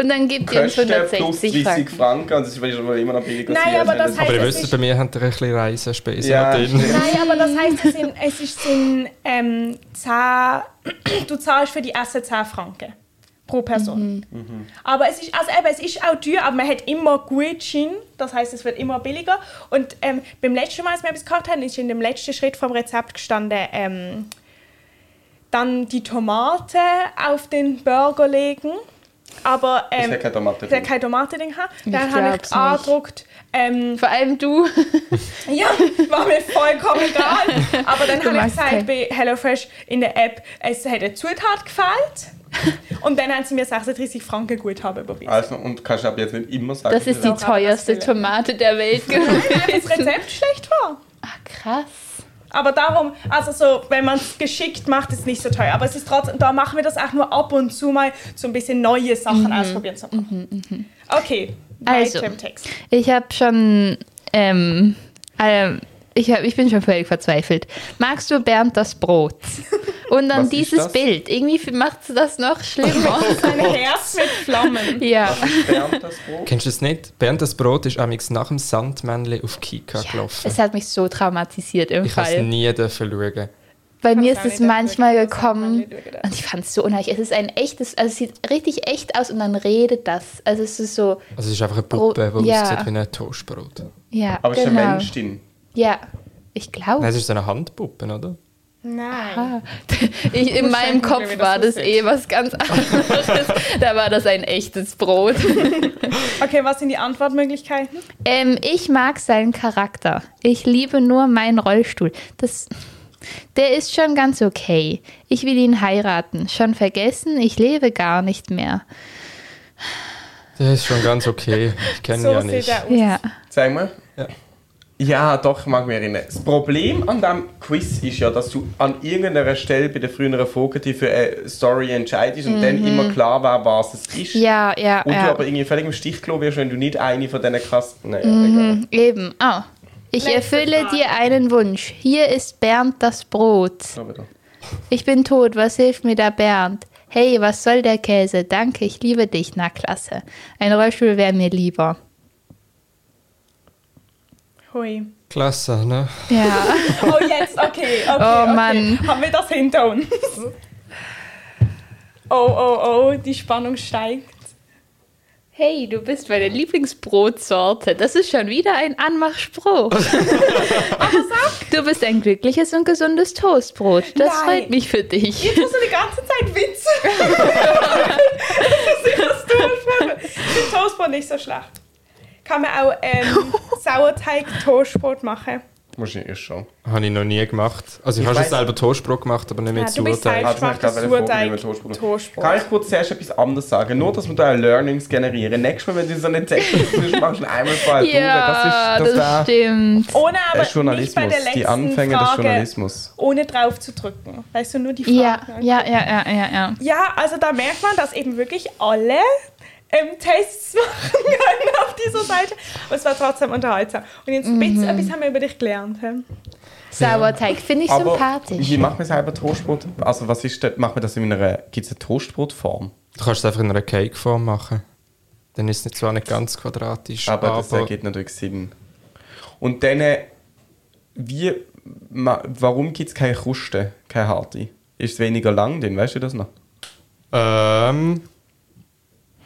Und dann gibt ihr uns
Kosten plus
160
30
Franken.
Franken. Also, das ist wahrscheinlich immer noch billiger.
Nein,
als
aber
wenn
das
Aber ihr
es
wisst,
ist-
bei mir habt ihr ein bisschen Reisenspäße
Ja,
ja, drin.
stimmt.
Nein, aber das heisst, es, sind, es ist sind, ähm, 10, (clears throat) du zahlst für die Essen 10 Franken pro Person.
Mhm.
Aber es ist, also eben, es ist auch teuer, aber man hat immer Gutschein, das heißt, es wird immer billiger. Und ähm, beim letzten Mal, als wir etwas gekocht haben, ist in dem letzten Schritt vom Rezept gestanden, ähm, dann die Tomate auf den Burger legen. Aber
Ich
ähm,
habe keine Tomate.
ich will keine Tomate drin haben. Dann
Ich
habe
glaub's
ich
nicht.
angedruckt, ähm,
Vor allem du.
ja, war mir vollkommen egal. Aber dann
Du
habe ich
magst
gesagt
keinen.
bei HelloFresh in der App, es hat eine Zutat gefällt. Und dann haben sie mir 36 Franken Guthaben überwiesen.
Also, und kannst du ab jetzt nicht immer sagen.
Das ist die
dass-
teuerste Tomate der Welt (laughs)
Weil das
gewesen.
Rezept schlecht war.
Ach, krass.
Aber darum, also so, wenn man es geschickt macht, ist es nicht so teuer. Aber es ist trotzdem, da machen wir das auch nur ab und zu mal, so ein bisschen neue Sachen ausprobieren zu machen. Okay,
Also.
weiter im Text.
Ich habe schon. Ähm, ähm, ich, hab, ich bin schon völlig verzweifelt. Magst du Bernd das Brot?
Was
Und dann
ist
dieses
das?
Bild. Irgendwie macht es das noch schlimmer.
Ein
Oh.
Herz mit Flammen.
ja.
Bernd das Brot.
Kennst du es nicht? Bernd das Brot ist amigs nach dem Sandmännchen auf Kika gelaufen.
Es hat mich so traumatisiert im
Ich habe es
Fall.
nie dürfen schauen.
Bei mir
Hab's
ist
auch
es
nicht
manchmal
dafür gedacht,
gekommen
dass man nicht
und ich fand es so unheimlich. Es ist ein echtes, also es sieht richtig echt aus und dann redet das. Also es ist so,
Also es ist einfach eine Puppe,
Gro-
die
ja.
aussieht wie ein Toastbrot.
ja,
Aber es ist ein
genau.
Mensch drin.
Ja, ich
Nein,
glaube.
es ist so eine Handpuppe, oder?
Nein.
Ah. (laughs) Ich, in
muss
meinem
schenken, wenn
Kopf
wir das
war das
aussehen.
eh was ganz (laughs) anderes. da war das ein echtes Brot.
Okay, was sind die Antwortmöglichkeiten?
(laughs) Ähm, ich mag seinen Charakter. Ich liebe nur meinen Rollstuhl. Das, der ist schon ganz okay. Ich will ihn heiraten. Schon vergessen, ich lebe gar nicht mehr.
Das ist schon ganz okay. Ich kenne ihn
So
ja
sieht
nicht.
er aus.
Ja.
Sag mal.
Ja.
Ja, doch, ich mag mich erinnern. Das Problem an diesem Quiz ist ja, dass du an irgendeiner Stelle bei der früheren Folge dich für eine Story entscheidest und dann immer klar war, was es ist.
Mhm. Ja, ja,
Und du
ja.
aber irgendwie völlig im Stich gelassen wirst, wenn du nicht eine von diesen Kasten... Naja,
Mhm.
egal.
Eben. Ah. Ich
Letzte
erfülle
Frage.
dir einen Wunsch. Hier ist Bernd das Brot.
Aber doch.
Ich bin tot. Was hilft mir da Bernd? Hey, was soll der Käse? Danke, ich liebe dich. Na klasse. Ein Rollstuhl wäre mir lieber.
Hui.
Klasse, ne?
Ja.
Oh, jetzt, okay. okay
Oh,
okay.
Mann.
Haben wir das hinter uns? Oh, oh, oh, die Spannung steigt.
(laughs) Hey, du bist meine Lieblingsbrotsorte. Das ist schon wieder ein Anmachspruch. (laughs) du bist ein glückliches und gesundes Toastbrot. Das
Nein. Oh,
freut mich für dich.
Jetzt musst du die ganze Zeit Witze.
(laughs)
das ist das Toastbrot. Ich Toastbrot nicht so schlecht. Kann man auch
(laughs)
ähm, Sauerteig-Toastbrot machen.
Wahrscheinlich schon.
Habe ich noch nie gemacht. Also ich,
Ich
habe schon
weiss-
selber Toastbrot gemacht, aber nicht
Ah,
mit
du bist
Sauerteig.
Ah, das
falsch, mach
hab ich
das
gerade vorgenommen,
Sauerteig.
Toastbrot. Kann
Toastbrot.
ich kurz zuerst etwas anderes sagen? Nur, dass wir da Learnings generieren. Nächstes Mal, wenn du so einen Text (laughs) machst, machst du einmal vorher durch.
Ja,
das ist,
das
das
stimmt.
Ohne
wär, äh,
aber nicht bei
Journalismus.
der letzten
Die Anfänge des
Frage,
Journalismus.
ohne drauf zu drücken. Weißt du, nur die Fragen.
Ja, ja, ja, ja, ja, ja.
Ja, also da merkt man, dass eben wirklich alle ähm, Tastes (laughs) machen können auf dieser Seite. Aber es war trotzdem unterhaltsam. Und jetzt ein
Mhm.
bisschen etwas haben wir über dich gelernt. hä?
Sauerteig finde ich sympathisch.
wie macht man selber Toastbrot? Also was ist das? Macht man das in einer... Gibt es eine Toastbrotform?
Du kannst es einfach in einer Cakeform machen. Dann ist es nicht- zwar nicht ganz quadratisch,
Aber,
aber,
das ergibt natürlich Sinn. Und dann... äh, Wie... Ma, warum gibt es keine Kruste, keine harte? Ist es weniger lang, denn weißt du das noch?
Ähm,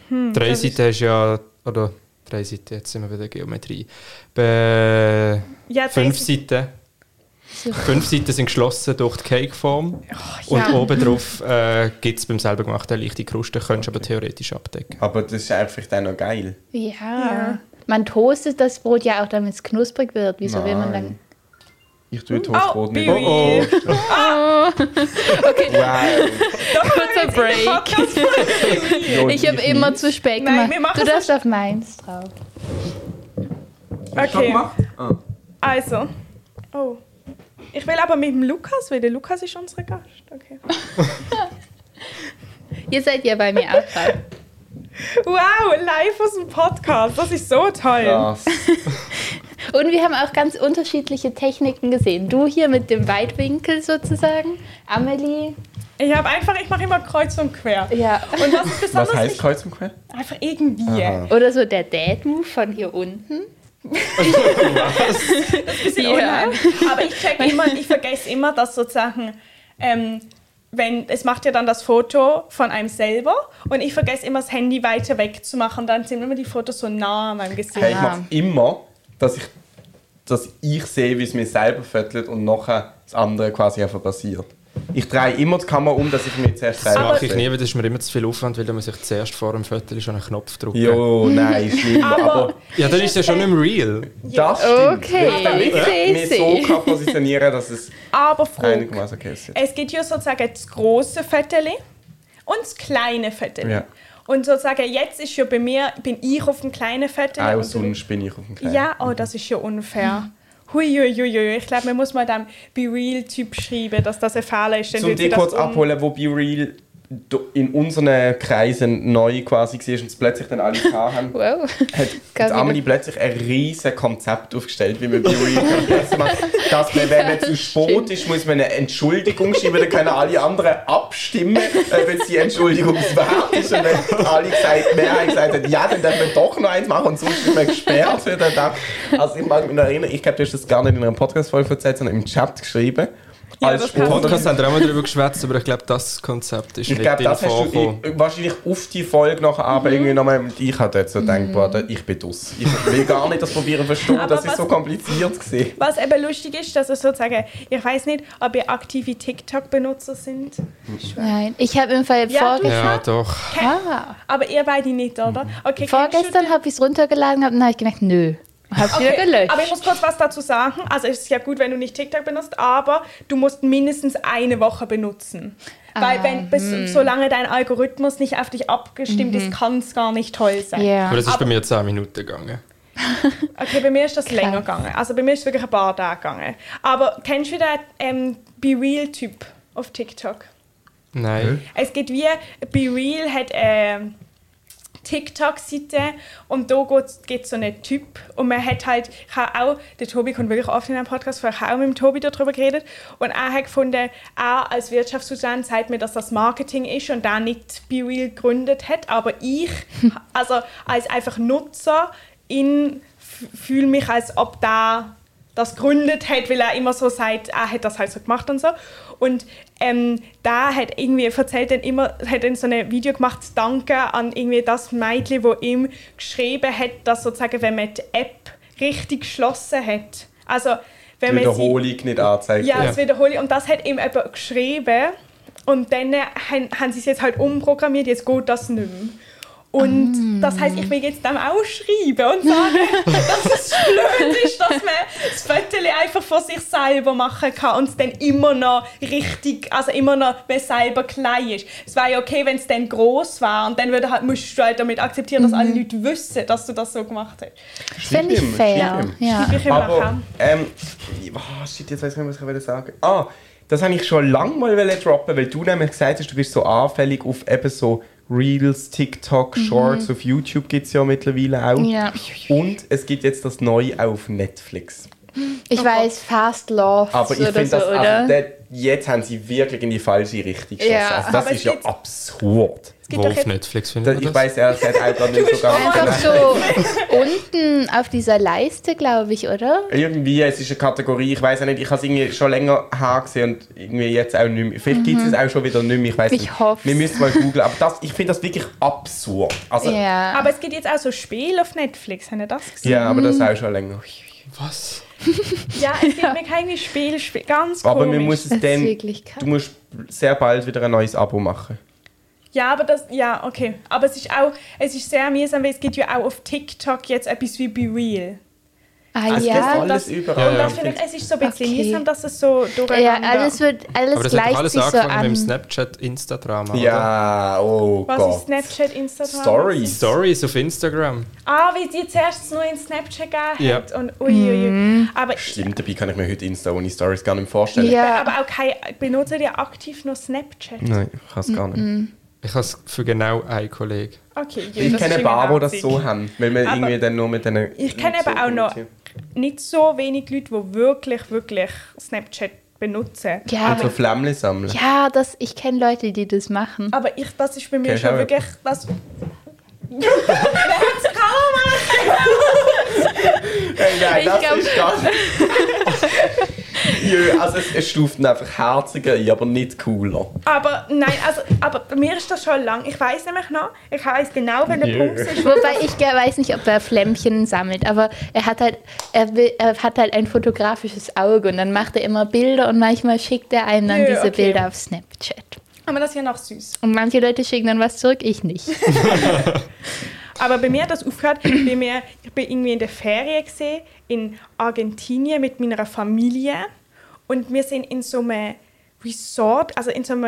Hm,
drei Seiten ist ja. Oder drei Seiten, jetzt sind wir wieder Geometrie. Bei
Ja,
fünf
drei
Seiten. Fünf Seiten sind geschlossen durch die
Oh,
Cakeform.
ja.
Und oben drauf äh, gibt es beim selber gemachten eine leichte Kruste, könntest du aber theoretisch abdecken.
Aber das ist einfach dann noch geil.
Ja.
Ja.
Man toastet das Brot ja auch, damit es knusprig wird. Wieso will man Hm? dann.
Nein. Ich tue Toastbrot
Oh,
nicht.
Bibi.
Oh,
(laughs)
(laughs)
Wow.
Kurzer Break. Ich habe immer zu spät
Nein,
gemacht.
wir machen
du
das
darfst auf meins drauf.
Okay,
Ah.
also. Oh. Ich will aber mit dem Lukas, weil der Lukas ist unser Gast. Okay.
Ihr seid ja bei mir auch dran.
Wow, live aus dem Podcast. Das ist so toll.
Krass.
Und wir haben auch ganz unterschiedliche Techniken gesehen. Du hier mit dem Weitwinkel sozusagen. Amelie.
Ich habe einfach, ich mache immer kreuz und quer.
Ja.
Und was ist besonders
Was heißt
ich-
Kreuz und Quer?
Einfach irgendwie.
Aha.
Oder so der Dad-Move von hier unten.
bisschen
Ja.
unheimlich. Aber ich check immer, ich vergesse immer, dass sozusagen, ähm, wenn, es macht ja dann das Foto von einem selber und ich vergesse immer das Handy weiter wegzumachen, dann sind immer die Fotos so nah an meinem Gesicht.
Hey, ich
Ja.
mache immer, dass ich, dass ich sehe, wie es mir selber fötelt und nachher das andere quasi einfach passiert. Ich drehe immer die Kamera um, dass ich mir zuerst
das
selber
mache ich
sehe.
nie, weil das ist mir immer zu viel Aufwand, weil da muss ich zuerst vor dem Viertel schon einen Knopf drücken.
Jo, nein, schlimm.
Aber-
aber,
Ja, dann ist ja schon im Real.
das stimmt.
Okay,
Wenn ich dann
okay,
wirklich mich
see.
so kann positionieren dass
(laughs)
es
Aber Frage,
einigermaßen okay ist.
es gibt ja sozusagen das große Fetteli und das kleine Fetteli.
Ja.
Und sozusagen jetzt ist ja bei mir, bin ich auf dem kleinen
Äh,
Fetteli.
Auch
und du-
sonst bin ich auf dem Kleid.
Ja, oh, das ist ja unfair. Huiuiuiui, ich glaube, man muss mal dem Be Real-Typ schreiben, dass das ein Fehler ist. Dann
Zum
wird sie
dich
das
kurz
um-
abholen, wo BeReal do- in unseren Kreisen neu quasi war und es plötzlich dann alle gehabt haben.
(laughs)
Wow.
hat
Gab
die Amelie plötzlich ein riesiges Konzept aufgestellt, wie man Beauty kann besser machen Dass man, wenn man
(laughs)
zu spät ist, muss man eine Entschuldigung schreiben, dann können alle anderen abstimmen, äh, wenn sie entschuldigungswert ist. Und wenn alle gesagt, Mehrheit gesagt hat, ja, dann darf man doch noch eins machen und sonst ist man gesperrt für den Tag. Also ich mag mich noch erinnern, ich glaube, du hast das gar nicht in einem Podcast-Folge erzählt, sondern im Chat geschrieben.
Ja,
als
das kann
Spruch.
Podcast haben wir auch mal darüber geschwätzt, aber ich glaube, das Konzept ist
Ich
nicht
glaube,
drin
das hast du
vorgekommen.
i- wahrscheinlich auf die Folge nachher
Mhm.
aber irgendwie nochmal. Und ich habe dort so gedacht, boah, da- ich bin dus. Ich will gar nicht das probieren verstehen,
Aber
das ist
was-
so kompliziert gesehen.
Was eben lustig ist, dass es sozusagen, ich weiß nicht, ob ihr aktive TikTok-Benutzer sind,
Nein, ich habe im Fall
Ja, du-
vorgestern.
Ja, doch.
Ah,
aber ihr beide nicht, oder? Okay,
vorgestern habe ich es runtergeladen und dann habe ich gedacht, nö. Habe ich
kennst du-
wieder
Okay,
gelöscht.
aber ich muss kurz was dazu sagen. Also es ist ja gut, wenn du nicht TikTok benutzt, aber du musst mindestens eine Woche benutzen. Weil wenn, bis, solange dein Algorithmus nicht auf dich abgestimmt ist, kann es gar nicht toll sein.
Ja.
Aber das ist bei mir 10 Minuten gegangen.
Okay, bei mir ist das länger gegangen. Also bei mir ist es wirklich ein paar Tage gegangen. Aber kennst du den ähm, Be Real-Typ auf TikTok?
Nein.
Es geht wie, Be Real hat eine TikTok-Seite und da geht so ein Typ und man hat halt, ich habe auch, der Tobi kommt wirklich oft in einem Podcast, vor ich habe auch mit dem Tobi darüber geredet und er hat gefunden, er als Wirtschaftsstudent sagt mir, dass das Marketing ist und da nicht Be Real gegründet hat, aber ich, also als einfach Nutzer, in fühle mich, als ob da das gegründet hat, weil er immer so sagt, er hat das halt so gemacht und so. Und ähm, da hat irgendwie erzählt dann immer, hat dann so ein Video gemacht, danke an irgendwie das Mädchen, wo ihm geschrieben hat, dass sozusagen, wenn man die App richtig geschlossen hat, also wenn man sie
Wiederholung nicht anzeigen.
ja,
Ja.
das wiederhole ich. Und das hat ihm jemand geschrieben. Und dann äh, haben, haben sie es jetzt halt umprogrammiert, jetzt geht das nicht mehr. Und das heißt, ich will jetzt dem auch schreiben und sagen, dass es blöd ist, dass man das Foto einfach von sich selber machen kann und es dann immer noch richtig, also immer noch, wenn es selber klein ist. Es wäre ja okay, wenn es dann groß war und dann würde halt, musst du halt damit akzeptieren, dass alle Leute wissen, dass du das so gemacht hast.
das fände ich
Schlimm,
fair.
schlimm.
Ja.
Ich will
Aber,
nachher.
ähm, oh, shit, jetzt weiß ich nicht, was ich wollte sagen Ah, das habe ich schon lange mal wollen droppen, weil du nämlich gesagt hast, du bist so anfällig auf eben so Reels, TikTok,
Mhm.
Shorts auf YouTube gibt es ja mittlerweile auch.
Ja.
Und es gibt jetzt das Neue auf Netflix.
Ich weiß, Fast Love
Aber ich
oder
finde
so,
das,
oder?
also, der- jetzt haben sie wirklich in die falsche Richtung geschossen.
Ja,
also, das
aber
ist
es
ja
gibt-
absurd.
gibt
Wo
doch
auf
jetzt-
Netflix
Das,
findet
ich
man das?
weiß ehrlich gesagt auch
(laughs)
gerade nicht so
bist
ganz.
Einfach so unten auf dieser Leiste, glaube ich, oder?
Irgendwie, es ist eine Kategorie, ich weiß auch nicht, ich habe es irgendwie schon länger her gesehen und irgendwie jetzt auch nicht mehr. Vielleicht gibt es es auch schon wieder nicht mehr, ich weiß
Mhm. Ich
nicht.
hoff's.
Wir müssen mal googeln, aber das, ich finde das wirklich absurd. Also,
Ja.
Aber es gibt jetzt auch so Spiele auf Netflix, habt ihr das gesehen?
Ja, aber das
Mhm.
auch schon länger.
Was?
Ja, es gibt mir keine Spiel, Spiel ganz
Aber
komisch.
man muss es
Das ist
dann.
wirklich krass.
Du musst sehr bald wieder ein neues Abo machen.
Ja, aber das, ja, okay. Aber es ist auch, es ist sehr mühsam, weil es gibt ja auch auf TikTok jetzt etwas wie Be Real.
Ah
Also das
ja,
alles
das-
überall.
Ja,
Und
ja.
das finde ich, es ist so ein bisschen
Okay.
mühsam, dass es so durcheinander...
ja, alles wird alles
Aber das hat
gleicht
doch alles
sich so
angefangen mit
an.
dem Snapchat-Insta-Drama.
Ja, oh
Was ist
Gott.
Snapchat, Instagram?
Stories.
Oder? Stories auf Instagram.
Ah, wie die zuerst es nur in Snapchat gegeben
Ja.
hat. Und uiuiui.
Mhm.
Aber,
Stimmt, dabei kann ich mir heute Insta ohne Stories gar nicht mehr vorstellen.
Ja.
aber auch kein, benutzt ihr aktiv noch Snapchat?
Nein, ich kann es gar nicht.
Ich habe für genau einen Kollegen.
Okay, ja,
Ich
das
kenne
ist
ein paar, die
irgendwie
das
witzig.
so haben, weil wir
Aber-
irgendwie dann nur mit denen...
Ich kenne
so
aber auch noch
kommunizieren.
nicht so wenig Leute, die wirklich, wirklich Snapchat benutzen.
Ja,
Also
Und so Flämmchen sammeln.
ja, das ich kenne Leute, die das machen.
Aber ich, das ist bei mir
Kennst du
schon
auch
wirklich... Das,
Hey, nein,
Ich
das
glaub-
ist gar
(laughs)
nicht... Jö, also es, es stuft ihn einfach herziger ein, aber nicht cooler.
aber nein, also, aber bei mir ist das schon lang. Ich weiß nämlich noch, ich weiß genau, welcher
Yeah.
Punkt es ist.
Wobei ich ge- weiß nicht, ob er Flämmchen sammelt, aber er hat halt er, will, er hat halt ein fotografisches Auge und dann macht er immer Bilder und manchmal schickt er einem dann
Nö,
diese
okay.
Bilder auf Snapchat.
Aber das ist ja noch süß.
Und manche Leute schicken dann was zurück, ich nicht.
Aber bei mir hat das aufgehört, (clears throat) bei mir, ich bin irgendwie in der Ferien gesehen, in Argentinien mit meiner Familie und wir sind in so einem Resort, also in so einem,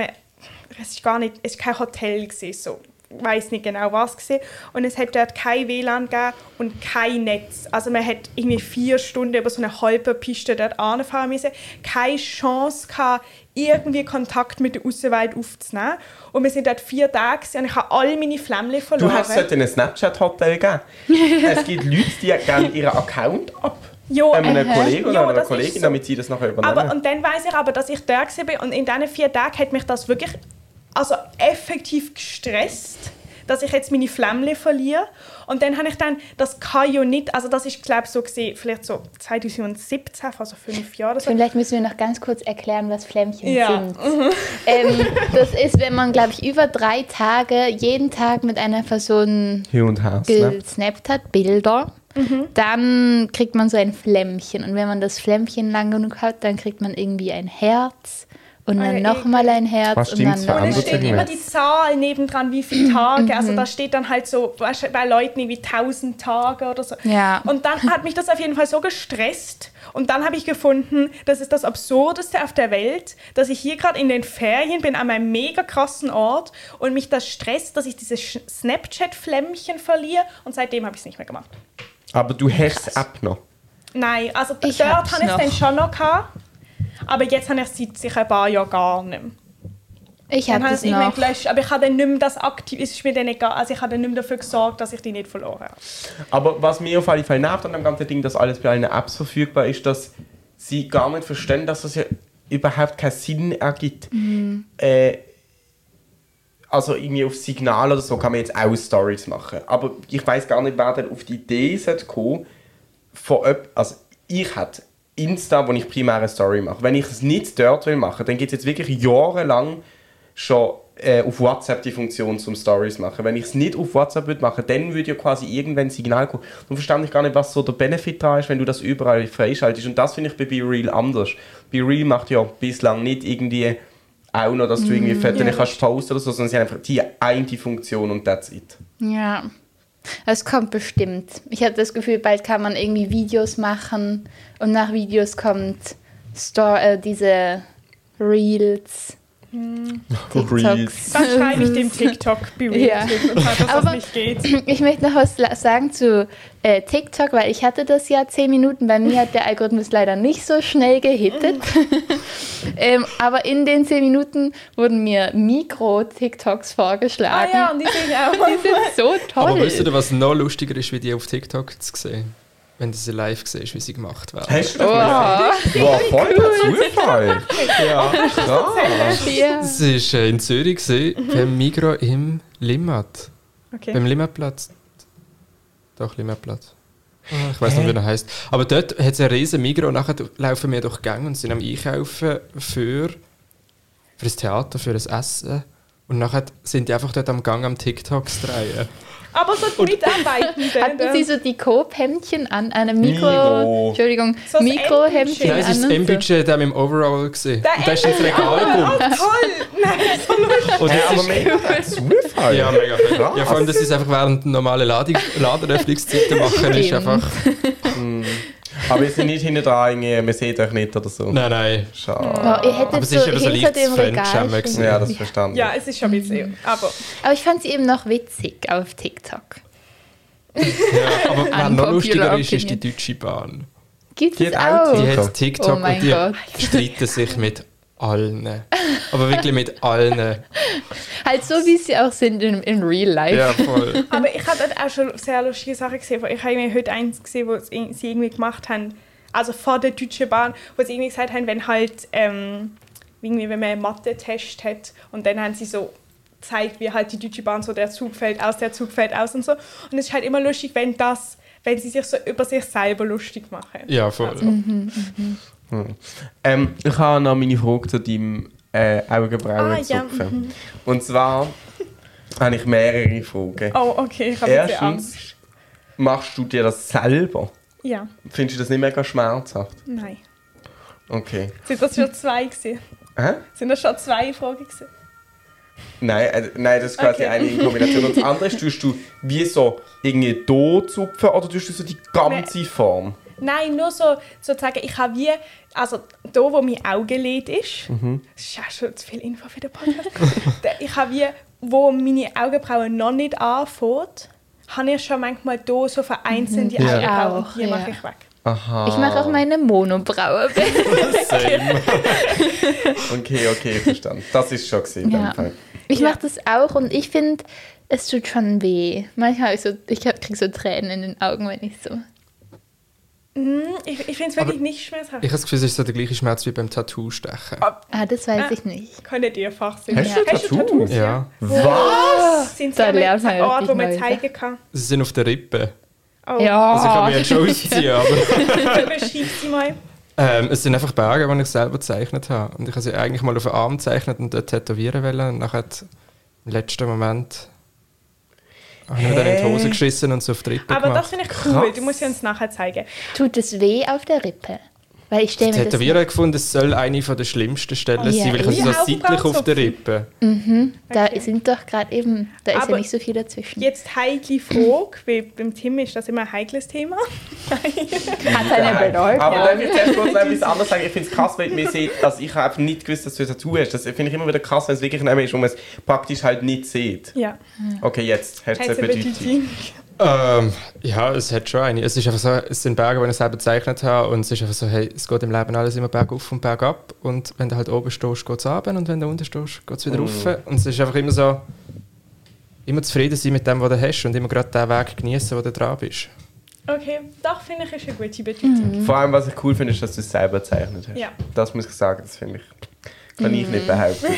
ich weiß gar nicht, es war kein Hotel, gewesen, so ich weiß nicht genau was gesehen und es hat dort kein WLAN gegeben und kein Netz. Also man hat irgendwie vier Stunden über so eine halbe Piste dort anfahren müssen, keine Chance gehabt, irgendwie Kontakt mit der Außenwelt aufzunehmen. Und wir sind dort vier Tage gewesen und ich habe all meine Flämmchen
Du
verloren.
hast sollte ein Snapchat-Hotel geben. es gibt Leute, die geben ihren Account ab.
Ja,
einem
aha.
Kollegen oder
Oh, Ja,
einer
äh, das ist
Kollegin,
so.
damit sie das nachher übernehmen.
Aber, und dann weiß ich aber, dass ich da gewesen bin und in diesen vier Tagen hat mich das wirklich also effektiv gestresst, dass ich jetzt meine Flämmchen verliere. Und dann habe ich dann, das kann ja nicht, also das ist glaube ich so gesehen, vielleicht so 2017, also fünf Jahre oder so.
Vielleicht müssen wir noch ganz kurz erklären, was Flämmchen
Ja.
sind.
(laughs)
Ähm, das ist, wenn man, glaube ich, über drei Tage jeden Tag mit einer Person
Hier und ne? her. Snap.
gesnappt hat, Bilder,
Mhm.
dann kriegt man so ein Flämmchen. Und wenn man das Flämmchen lang genug hat, dann kriegt man irgendwie ein Herz und
Ah,
dann
ja,
nochmal ein
Was
Herz und
stimmt's
dann
für
Und es
andere
steht
Segment.
immer die Zahl nebendran, wie viele Tage. Also
Mhm.
da steht dann halt so weißt du, bei Leuten irgendwie 1000 Tage oder so.
Ja.
Und dann hat mich das auf jeden Fall so gestresst. Und dann habe ich gefunden, das ist das Absurdeste auf der Welt, dass ich hier gerade in den Ferien bin, an einem mega krassen Ort und mich das stresst, dass ich diese Sch- Snapchat-Flämmchen verliere. Und seitdem habe ich es nicht mehr gemacht.
Aber du hast es abgenommen.
Nein, also
Ich
dort habe
hab's
ich es
noch.
dann schon noch gehabt. Aber jetzt habe ich es seit sicher ein paar Jahren gar nicht mehr.
Ich
Dann
habe
habe
das
ich es irgendwann
noch.
gelöscht, aber ich habe dann nicht mehr das aktiv, es ist mir dann egal, also ich habe dann nicht mehr dafür gesorgt, dass ich die nicht verloren habe.
Aber was mir auf alle Fall nervt an dem ganzen Ding, dass alles bei allen Apps verfügbar ist, dass sie gar nicht verstehen, dass das ja überhaupt keinen Sinn ergibt. Äh, also irgendwie auf Signal oder so kann man jetzt auch Stories machen. Aber ich weiß gar nicht, wer denn auf die Idee sollte kommen von ob, also ich hatte Insta, wo ich primär eine Story mache. Wenn ich es nicht dort will machen, dann gibt es jetzt wirklich jahrelang schon äh, auf WhatsApp die Funktion zum Stories machen. Wenn ich es nicht auf WhatsApp würde machen, dann würde ja quasi irgendwann ein Signal kommen. Dann verstand ich gar nicht, was so der Benefit da ist, wenn du das überall freischaltest. Und das finde ich bei BeReal anders. BeReal macht ja bislang nicht irgendwie auch noch, dass du irgendwie
Mm,
Fotos
Ja,
kannst posten oder so, sondern sie haben einfach die eine Funktion und that's it.
Ja. Es kommt bestimmt. Ich habe das Gefühl, bald kann man irgendwie Videos machen und nach Videos kommt Stor äh, diese Reels. TikToks. (laughs)
Dann schreibe ich dem TikTok Beauty
Ja.
dass das
Aber-
nicht geht.
(laughs) Ich möchte noch was la- sagen zu äh, TikTok, weil ich hatte das ja 10 Minuten. Bei mir hat der Algorithmus leider nicht so schnell gehittet.
(laughs)
ähm, aber in den 10 Minuten wurden mir Mikro-TikToks
Ah
vorgeschlagen.
ja, und die sehe ich
(laughs)
auch.
Die sind so toll.
Aber wisst ihr, was noch lustiger ist, wie die auf TikTok zu sehen? Wenn du sie live siehst, wie sie gemacht werden.
Hast du
Oh.
das mal
Wow.
gesehen? Wow, voll der Zufall. Ja, krass.
(laughs) Ja.
Das war äh, in Zürich, gewesen,
Mhm.
beim Migro im Limmat. Beim
Okay.
Limmatplatz. Doch, Limmatplatz. Ah, Ich weiß nicht, wie er heißt. Aber dort hat es einen riesen Migro und nachher laufen wir durch die Gänge und sind am Einkaufen für, für das Theater, für das Essen. Und nachher sind die einfach dort am Gang am TikToks drehen.
Aber so
(laughs)
die Mitarbeitenden.
Hatten Sie so die Coop-Hemdchen an, eine
Mikro.
Mikro, Entschuldigung,
So das
Mikro-Hemdchen
Nein,
an
es war das
und so.
M-Budget da mit dem Overall. Gewesen.
Der
Und da ist ins
(laughs)
Regal gekommen.
Ah, toll! Nein, so lustig.
Und
Hey,
das
aber
ist,
mega der Zufall.
ja, mega fett.
Krass.
Ja, vor allem, dass sie es einfach während normaler Ladenöffnungszeiten machen, ist
Stimmt.
einfach...
Aber wir sind nicht hinten dran, irgendwie, wir sehen euch nicht oder so.
Nein, nein.
Schade.
Wow, ihr
Aber
hättet
es
so
ist eben so
hinter
leicht
dem Regal
Fremdschämen
stehen.
gewesen.
Ja, das verstanden.
Ja, es ist schon ein bisschen. Aber
Aber ich fand sie eben noch witzig auf TikTok.
Ja, aber was noch
Unpopular
lustiger ist, ist die
opinion.
Deutsche Bahn.
Gibt
Die
es
hat auch
auch?
Die
TikTok.
hat TikTok
Oh mein
und die
Gott.
streiten sich mit allen. Aber wirklich mit allen.
Halt so, wie sie auch sind in, in real life.
(laughs) Ja, voll.
Aber ich habe dort auch schon sehr lustige Sachen gesehen. weil Ich habe irgendwie heute eins gesehen, wo sie sie irgendwie gemacht haben, also vor der Deutschen Bahn, wo sie irgendwie gesagt haben, wenn halt, ähm, irgendwie, wenn man einen Mathe-Test hat und dann haben sie so zeigt, wie halt die Deutsche Bahn so der Zug fällt aus, der Zug fällt aus und so. Und es ist halt immer lustig, wenn das, wenn sie sich so über sich selber lustig machen.
Ja, voll.
Mhm.
Ähm, ich habe noch meine Frage zu deinem äh, Augenbrauen
Ah, ja,
Und zwar habe ich mehrere Fragen.
Oh, okay, ich habe ein bisschen Angst.
Erstens, machst du dir das selber?
Ja,
Findest du das nicht mega schmerzhaft?
nein.
Okay.
Sind das schon zwei gewesen?
Hä?
Sind das schon zwei Fragen gewesen?
Nein, äh, nein, das ist quasi
Okay.
eine in Kombination. Und das andere ist, tust du wie so irgendwie hier zupfen oder tust du so die ganze Form?
Nein, nur so sozusagen, ich habe wie, also da, wo mein Augenlid ist,
Mhm.
das ist ja schon zu viel Info für den Podcast, (laughs) Da- ich habe wie, wo meine Augenbrauen noch nicht anfängt, habe ich schon manchmal da so vereinzelte
Mhm.
Ja.
Augenbrauen
Auch,
und die
ja.
mache ich weg.
Aha.
Ich mache auch meine Monobraue.
Same.
Okay, okay, verstanden. Das ist schon gesehen.
ja.
Fall.
Ich
Ja.
mache das auch und ich finde, es tut schon weh. Manchmal hab ich so, ich kriege so Tränen in den Augen, wenn ich so.
Mhm, ich ich finde es wirklich nicht schmerzhaft.
Ich habe das Gefühl, es ist so der gleiche Schmerz wie beim Tattoo-Stechen.
Ah, das weiß ich nicht.
Könntet ihr Fachsinn?
Hast du
Hast
Tattoo?
du Tattoos?
Ja.
Was? Sind sie
Ah, Da
an
lernt man
einem Ort,
wirklich
wo man
neue
zeigen kann?
Sie sind auf der Rippe.
Oh, (laughs)
Ja.
Also ich kann mich jetzt schon ausziehen, aber...
Beschreib
(laughs)
sie mal.
Ähm, es sind einfach Berge, die ich selber gezeichnet habe. Und ich habe sie eigentlich mal auf den Arm gezeichnet und dort tätowieren wollen. Und nachher im letzten Moment habe ich mir dann in die Hose geschissen und so auf die Rippe
Aber das
gemacht.
finde ich cool,
Krass.
du musst sie uns nachher zeigen.
(laughs) Tut es weh auf der Rippe? Weil ich stelle mir das.
Tätowieren gefunden, es soll eine von der schlimmsten Stellen
Oh ja,
sein, weil ich habe sie so
ja.
seitlich auf der Rippe.
Da sind doch gerade eben, da ist ja
Aber-
nicht so viel dazwischen.
Jetzt heikle Frage, weil beim Tim ist das immer ein heikles Thema.
Hat seine Bedeutung.
Aber darf ich zuerst kurz noch etwas anderes sagen? Ich finde es krass, wenn man sieht, dass ich einfach nicht gewusst dass du ein Tattoo hast. Das finde ich immer wieder krass, wenn es wirklich ein ist, wo man es praktisch halt nicht sieht.
Ja.
Okay, jetzt hat es eine
Heißt
Bedeutung.
Bedeutung.
Ähm, ja, es hat schon eine. Es, ist einfach so, es sind Berge, die ich selber gezeichnet habe. Und es ist einfach so, hey, es geht im Leben alles immer bergauf und bergab. Und wenn du halt oben stehst, geht es runter. Und wenn du unten stehst, geht es wieder rauf. Und es ist einfach immer so, immer zufrieden sein mit dem, was du hast. Und immer gerade den Weg genießen, wo du dran bist.
Okay, doch finde ich ist eine gute
Mhm.
Bedeutung.
Mhm. Vor allem, was ich cool finde, ist, dass du es selber gezeichnet hast.
Ja. Mhm.
Das muss ich sagen, das finde ich. Kann ich nicht behaupten.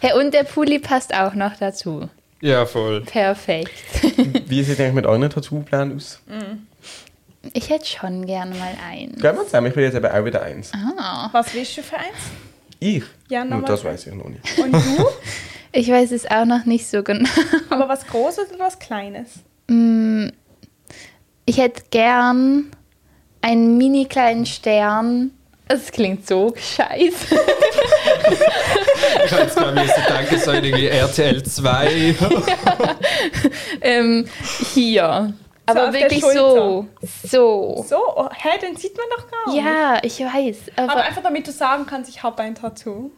Hey, und der Pulli passt auch noch dazu.
Ja, voll.
Perfekt.
Wie sieht eigentlich mit euren Tattoo-Plan aus?
Ich hätte schon gerne mal einen.
Gehen wir zusammen, ich will jetzt eben auch wieder eins.
Was willst du für eins?
Ich?
Ja,
Nur
nochmal.
das weiß ich noch nicht.
(laughs)
Und du?
Ich weiß es auch noch nicht so genau.
Aber was Großes oder was Kleines?
Ich hätte gern einen mini kleinen Stern. Es klingt so scheiße. (laughs)
Ich habe jetzt gerade müssen denken, so irgendwie RTL 2.
Ähm, hier. Aber
auf der
wirklich so. So.
So, oh, hä, den sieht man doch gar nicht.
Ja, ich weiß. Aber,
Aber einfach damit du sagen kannst, ich habe ein Tattoo.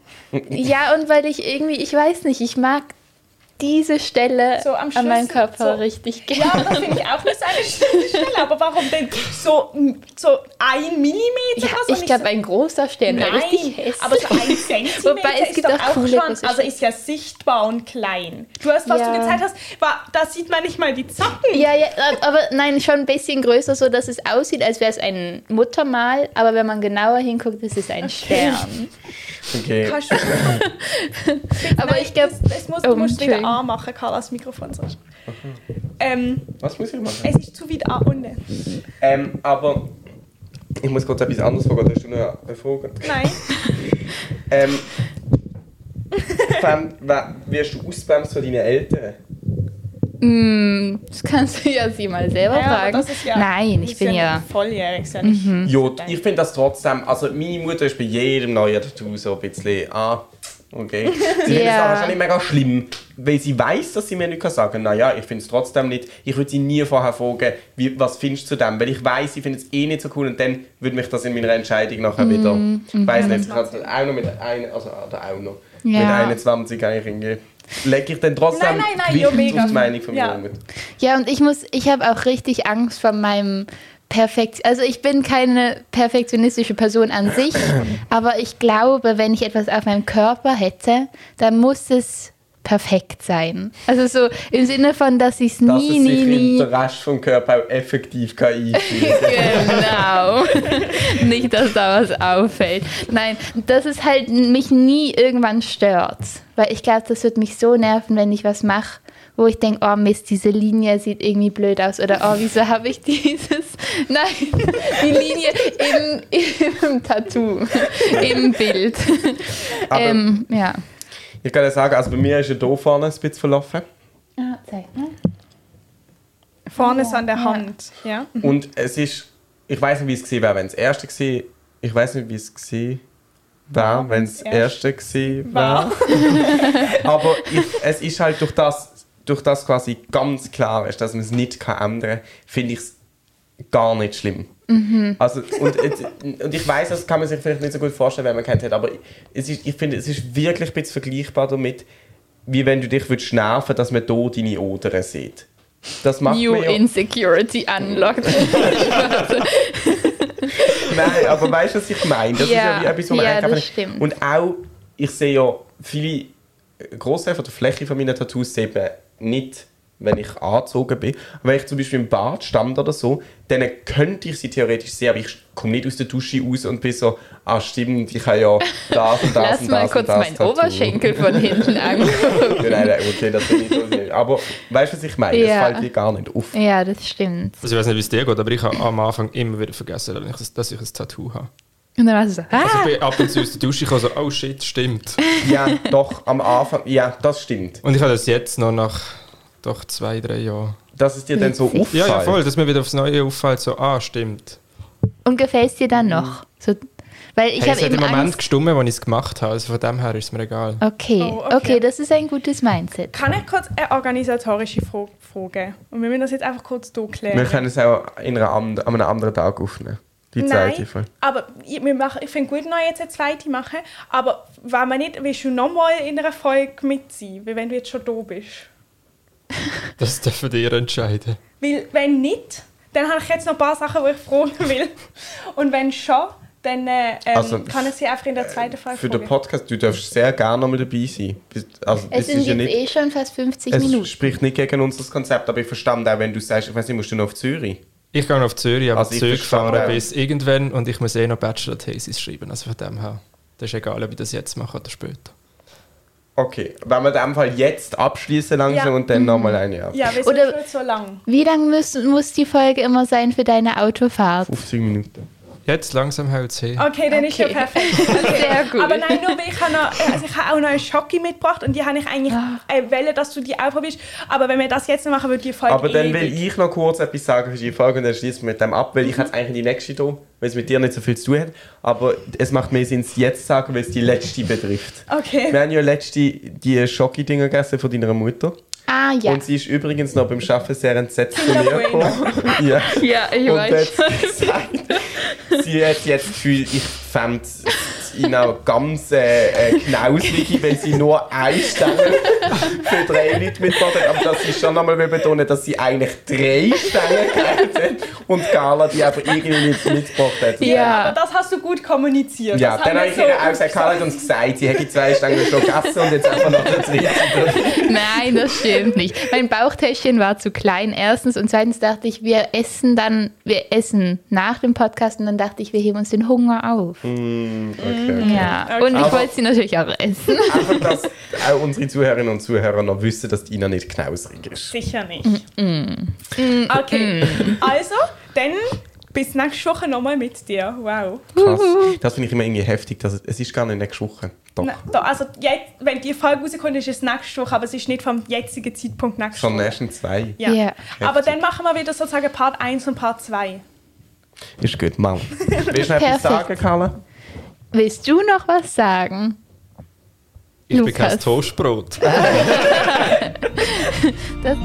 ja, und weil ich irgendwie, ich weiß nicht, ich mag diese Stelle
So am
an meinem
Schlüssel,
Körper
so.
richtig
Ja,
gerne.
aber das finde ich auch nicht so eine schöne Stelle. Aber warum denn so, so ein Millimeter?
Ja,
was? Und
ich glaube, ein großer Stern wäre richtig
Nein,
hässlich.
aber so ein
(laughs)
Zentimeter
Wobei, es
ist
gibt
doch
auch coole
schon,
große
also ist ja sichtbar und klein. Du hast, was
Ja.
du gezeigt hast, war, da sieht man nicht mal die Zacken.
Ja, ja, aber nein, schon ein bisschen größer, so dass es aussieht, als wäre es ein Muttermal, aber wenn man genauer hinguckt, ist es ein Stern.
Okay.
Kannst du-
Aber
(laughs) Nein,
ich glaube,
das- das muss,
Oh,
du musst wieder
Entschuldigung.
A machen, Carla, das Mikrofon sonst. Ähm,
Was muss ich machen?
es ist zu weit A unten.
Ähm, aber ich muss kurz etwas anderes fragen. Hast du noch eine Frage? (laughs)
Nein. (laughs)
Ähm, fänd, wa- wirst du ausbremst von deinen Eltern?
Hm, das kannst du ja sie mal selber
Ja, aber
fragen.
das ist ja-
nein, ich
ist
bin ja. Mhm.
nicht volljährig, ist ja nicht.
Ja, ich finde das trotzdem. Also, meine Mutter ist bei jedem neuen Tattoo so ein bisschen. Ah,
(laughs)
okay. Sie findet es
Ja.
aber wahrscheinlich mega schlimm, weil sie weiß, dass sie mir nicht sagen kann. Naja, ich finde es trotzdem nicht. Ich würde sie nie vorher fragen, wie, was findest du zu dem? Weil ich weiß, sie findet es eh nicht so cool und dann würde mich das in meiner Entscheidung
Mhm.
nachher wieder. Ich weiß nicht, ich kann es auch noch mit einer, also oder auch noch, mit
Ja.
21 eigentlich irgendwie. Lege ich dann trotzdem
Nein, nein, nein,
Gewicht
ja, mega.
auf die Meinung von mir
Ja.
mit.
Ja, und ich muss, ich habe auch richtig Angst vor meinem Perfekt. Also ich bin keine perfektionistische Person an
(coughs)
sich, aber ich glaube, wenn ich etwas auf meinem Körper hätte, dann muss es perfekt sein. Also so im Sinne von, dass ich es
Dass es
nie, nie,
sich
nie.
im Rest vom Körper auch effektiv kann einfügen
Genau. (laughs) Nicht, dass da was auffällt. Nein, dass es halt mich nie irgendwann stört. Weil ich glaube, das wird mich so nerven, wenn ich was mache, wo ich denke, oh Mist, diese Linie sieht irgendwie blöd aus. Oder oh, wieso habe ich (laughs) dieses. Nein, die Linie im, im Tattoo, im Bild.
Aber-
Ähm, ja.
Ich kann ja sagen, also bei mir ist ja hier vorne ein bisschen verlaufen.
Ah, zeig mal.
Vorne ist an der Hand. Ja.
Und es ist, ich weiß nicht, wie es gewesen wäre, wenn es das erste gewesen Ich weiß nicht, wie es gewesen wäre, wenn es das erste gewesen wäre. Aber ich, es ist halt durch das, durch das quasi ganz klar ist, dass man es nicht kann ändern kann, finde ich es gar nicht schlimm. Also, und, jetzt- und ich weiß, das kann man sich vielleicht nicht so gut vorstellen, wenn man keinen hat, aber es ist, ich finde, es ist wirklich ein bisschen vergleichbar damit, wie wenn du dich würdest nerven, dass man hier deine Oderen sieht. Das macht
New
man ja
Insecurity unlocked.
Nein, aber weißt du, was ich meine? Das ist
Ja,
ja wie etwas, wo man
ja,
eigentlich
das
einfach nicht-
stimmt.
Und auch, ich sehe ja viele Großteil von der Fläche von meinen Tattoos sieht man nicht, wenn ich angezogen bin. Aber wenn ich zum Beispiel im Bad stand oder so, dann könnte ich sie theoretisch sehen, aber ich komme nicht aus der Dusche raus und bin so, ah stimmt, ich habe ja das und das
Lass
und das
mal
und
kurz
das
meinen
Tattoo.
Oberschenkel
(laughs)
von hinten angucken.
Ja, nein, nein, okay, das bin ich so nicht. Aber weißt du, was ich meine?
Ja.
Das fällt dir gar nicht
(laughs)
auf.
Ja, das stimmt.
Also ich weiß nicht, wie es dir geht, aber ich habe am Anfang immer wieder vergessen, dass ich, dass ich ein Tattoo habe.
Und dann war sie so,
Also ich
ah!
bin ab und zu aus der Dusche gekommen, so, oh shit, stimmt.
Ja, doch, am Anfang, ja, das stimmt.
Und ich habe das jetzt noch nach doch zwei, drei Jahren.
Dass es dir dann so auffällt.
Ja, ja, voll, dass mir wieder aufs Neue auffällt, so, ah, stimmt.
Und gefällt dir dann
Mhm.
noch? So, weil ich
Hey,
habe
es hat im
eben
Moment
Angst. Ah.
gestummt, als ich es gemacht habe, also von dem her ist es mir egal.
Okay.
Oh,
okay,
okay.
das ist ein gutes Mindset.
Kann ich kurz eine organisatorische Fra- Frage? Und wir müssen das jetzt einfach kurz hier
Wir
klären.
können es auch in einer and an einem anderen Tag aufnehmen. Die zweite
Nein,
Folge.
aber ich, wir machen, ich finde gut, noch jetzt eine zweite machen. Aber wenn man nicht, willst du nochmal in einer Folge mit sein, weil wenn du jetzt schon da bist.
Das (laughs) dürfen ihr entscheiden.
Weil wenn nicht, dann habe ich jetzt noch ein paar Sachen, die ich fragen (laughs) will. Und wenn schon, dann äh, ähm,
Also,
kann ich sie einfach in der zweiten Folge
Für den
fragen.
Podcast, du darfst sehr gerne nochmal dabei sein. Bist- Also,
Es
es
sind
ist ja
jetzt
nicht,
eh schon fast 50
es
Minuten.
spricht nicht gegen unser Konzept, aber ich verstand auch, wenn du sagst, ich weiß nicht, musst du noch auf Zürich?
Ich gehe noch auf Zürich, aber
Also ich
Zug
verstehe,
fahren
ja.
bis irgendwann und ich muss eh noch Bachelor-Thesis schreiben, also von dem her. Das ist egal, ob ich das jetzt mache oder später.
Okay, wenn wir den Fall jetzt abschließen langsam
Ja.
und dann nochmal eine ab.
Ja, wir sind
Oder-
schon so lang.
Wie lang muss, muss die Folge immer sein für deine Autofahrt?
15 Minuten.
Jetzt langsam hält es hin.
Okay, dann ist ja
Okay.
perfekt.
(laughs) Sehr gut.
Aber nein, nur weil ich habe noch, also ich habe auch noch einen Schocki mitgebracht und die habe ich eigentlich
Ah.
äh, Welle, dass du die auch probierst. Aber wenn wir das jetzt noch machen, würde die Folge
Aber dann
ewig.
will ich noch kurz etwas sagen für die Folge und dann schließen wir mit dem ab, weil ich hätte eigentlich die nächste da, weil es mit dir nicht so viel zu tun hat. Aber es macht mehr Sinn, es jetzt zu sagen, weil es die letzte betrifft.
Okay.
Wir haben ja letzte die Schocki-Dinger gegessen von deiner Mutter.
Ah, ja.
Und sie ist übrigens noch beim Arbeiten sehr entsetzt
(laughs)
zu mir gekommen. ja.
ja, (laughs) ich
Und dann hat
weiß.
sie gesagt, sie hat jetzt das Gefühl, ich fände Ina ganz äh, äh, knauslige, wenn sie nur eine Stelle für drei Leute mitmacht. Aber das ist schon nochmal betonen, dass sie eigentlich drei Stellen gehabt hat und Carla die einfach irgendwie nicht mitgebracht hat.
Ja.
Aber das hast du gut kommuniziert.
Ja,
das
dann habe
haben
ich
wir
ihr auch gesagt, Carla hat uns gesagt, sie hätte zwei Stangen schon gegessen und jetzt einfach noch eine dritte.
Nein, das stimmt nicht. Mein Bauchtäschchen war zu klein, erstens. Und zweitens dachte ich, wir essen dann, wir essen nach dem Podcast und dann dachte ich, wir heben uns den Hunger auf.
Okay, okay.
Mhm. Ja. Und ich
Mhm. Aber-
wollte sie natürlich auch essen.
Einfach, dass auch unsere Zuhörerinnen und Zuhörer noch wissen, dass die Ina nicht knausrig ist.
Sicher nicht. Okay, also, dann bis nächste Woche nochmal mit dir. Wow.
Krass. Das finde ich immer irgendwie heftig. Dass es, es ist gar nicht nächste Woche. Doch.
Na, da, also, jetzt, wenn die Folge rauskommt, ist es nächste Woche, aber es ist nicht vom jetzigen Zeitpunkt nächste
Schon
Woche.
nächsten zwei.
Ja.
Ja.
Aber dann machen wir wieder sozusagen Part 1 und Part 2.
Ist gut,
(laughs)
Mann. Willst du noch etwas
Perfekt.
sagen, Carla?
Willst du noch was sagen?
Ich bin
Lukas. (laughs)
kein Toastbrot.
Das